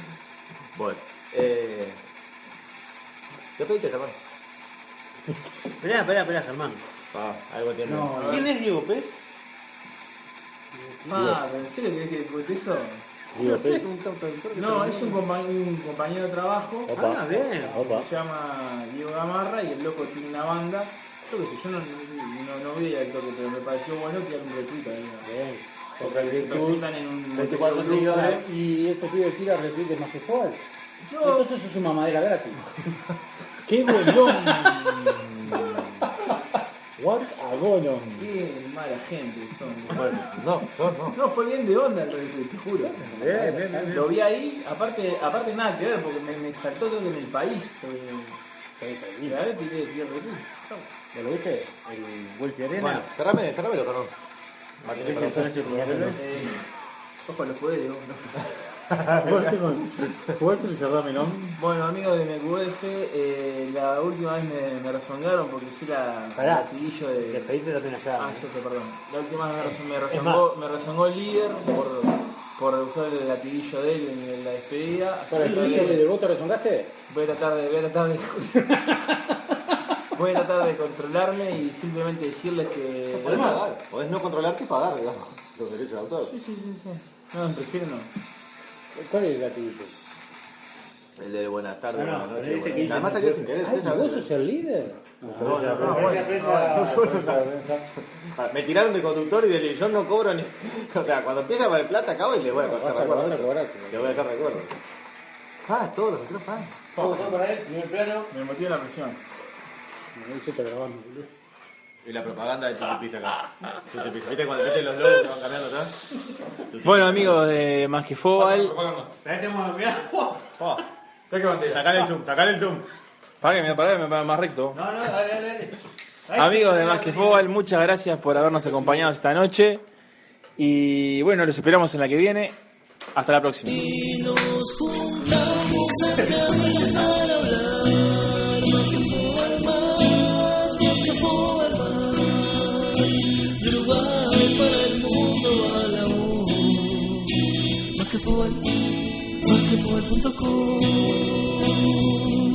D: Bueno. Eh. ¿Qué pediste, Germán?
C: Esperá, esperá, esperá, Germán.
D: Ah, algo tiene.
E: No,
C: ¿Quién es Diego Pérez?
F: Ah, pero ¿en serio querés que cuente eso?
G: Digo, sí.
F: No, es un, compa- un compañero de trabajo.
G: Opa.
C: Ah, bien.
G: Opa.
F: Se llama Diego Gamarra y el loco tiene una banda Yo qué sé, yo no, no, no, no vi al toque, pero me pareció bueno que era un retweet ahí. ¿no?
C: Bien.
F: Porque se presentan en un
C: 24
F: grupo,
C: seguidores.
E: Y estos pibes tiran repites más que joven.
F: No.
E: Entonces eso es una madera gratis.
G: ¡Qué bolón! What a bolón.
F: Qué mala gente son.
G: Bueno, no, no, no.
F: No, fue bien de onda el retweet, te juro.
G: Bien, bien, bien, bien.
F: Lo vi ahí, aparte, aparte nada que ver, porque me, me saltó todo en el país. eh. Y la vez tiré tiré el retweet. Chau.
C: ¿Ya ¿Lo viste? El Wolf de Arena.
D: Bueno, cerrame, cerrame los carón. Martín, perdón.
G: pues,
F: Eh, ojo a los poderes, vos, ¿no?
G: Jugaste con. Jugaste con cerrame, ¿no?
F: Bueno, amigos de MQF, eh, la última vez me, me rezongaron porque sí la
C: Pará.
F: gatillo de.
C: Le pediste la pena ya.
F: Ah, cierto, perdón. La última vez me rezongó, me rezongó, me rezongó el líder por, por usar el latiguillo de él en la despedida. Así
E: ¿Para
F: que
E: el
F: voy,
E: inicio del voto resongaste?
F: a- voy a tratar de. Voy a tratar de. voy a tratar de controlarme y simplemente decirles que.
D: Podés pagar, podés no controlarte y pagar, digamos, los derechos de autor.
F: Sí, sí, sí, sí. No, prefiero no.
E: ¿Cuál es el gatito?
D: El de buenas tardes,
C: No, no,
D: buenas
C: pero
D: noches.
C: dice que
D: buenas-
C: dice-
D: Nada más salió sin querer,
E: Ay,
D: ustedes
E: ¿Vos
D: saben.
E: sos el líder?
G: Pero ya, pero-
D: Ah, Me tiraron de conductor y de yo no cobro ni. O sea, cuando empieza a haber plata, acabo y le voy a pasar
E: Vas a
D: recuerdo.
E: cobrar, a cobrar.
D: Le voy a hacer recuerdo. Ah, todos los micrófonos. pagan.
C: para él, primer plano.
F: Me motiva la presión.
D: Y la propaganda de Tutipis acá. Tutipis. ¿Viste cuando viste los logos que van cambiando atrás?
A: Bueno, amigos de Más que Fobal,
F: Ahí tenemos, mirá.
D: Oh,
F: Está que bandera.
D: sacar el zoom, sacar el zoom.
A: para que me pará, que me pará más recto.
F: No, no, dale, dale, dale.
A: Amigos de Más que Fobal, muchas gracias por habernos acompañado esta noche. Y bueno, los esperamos en la que viene. Hasta la próxima.
J: Basketball, basketball.com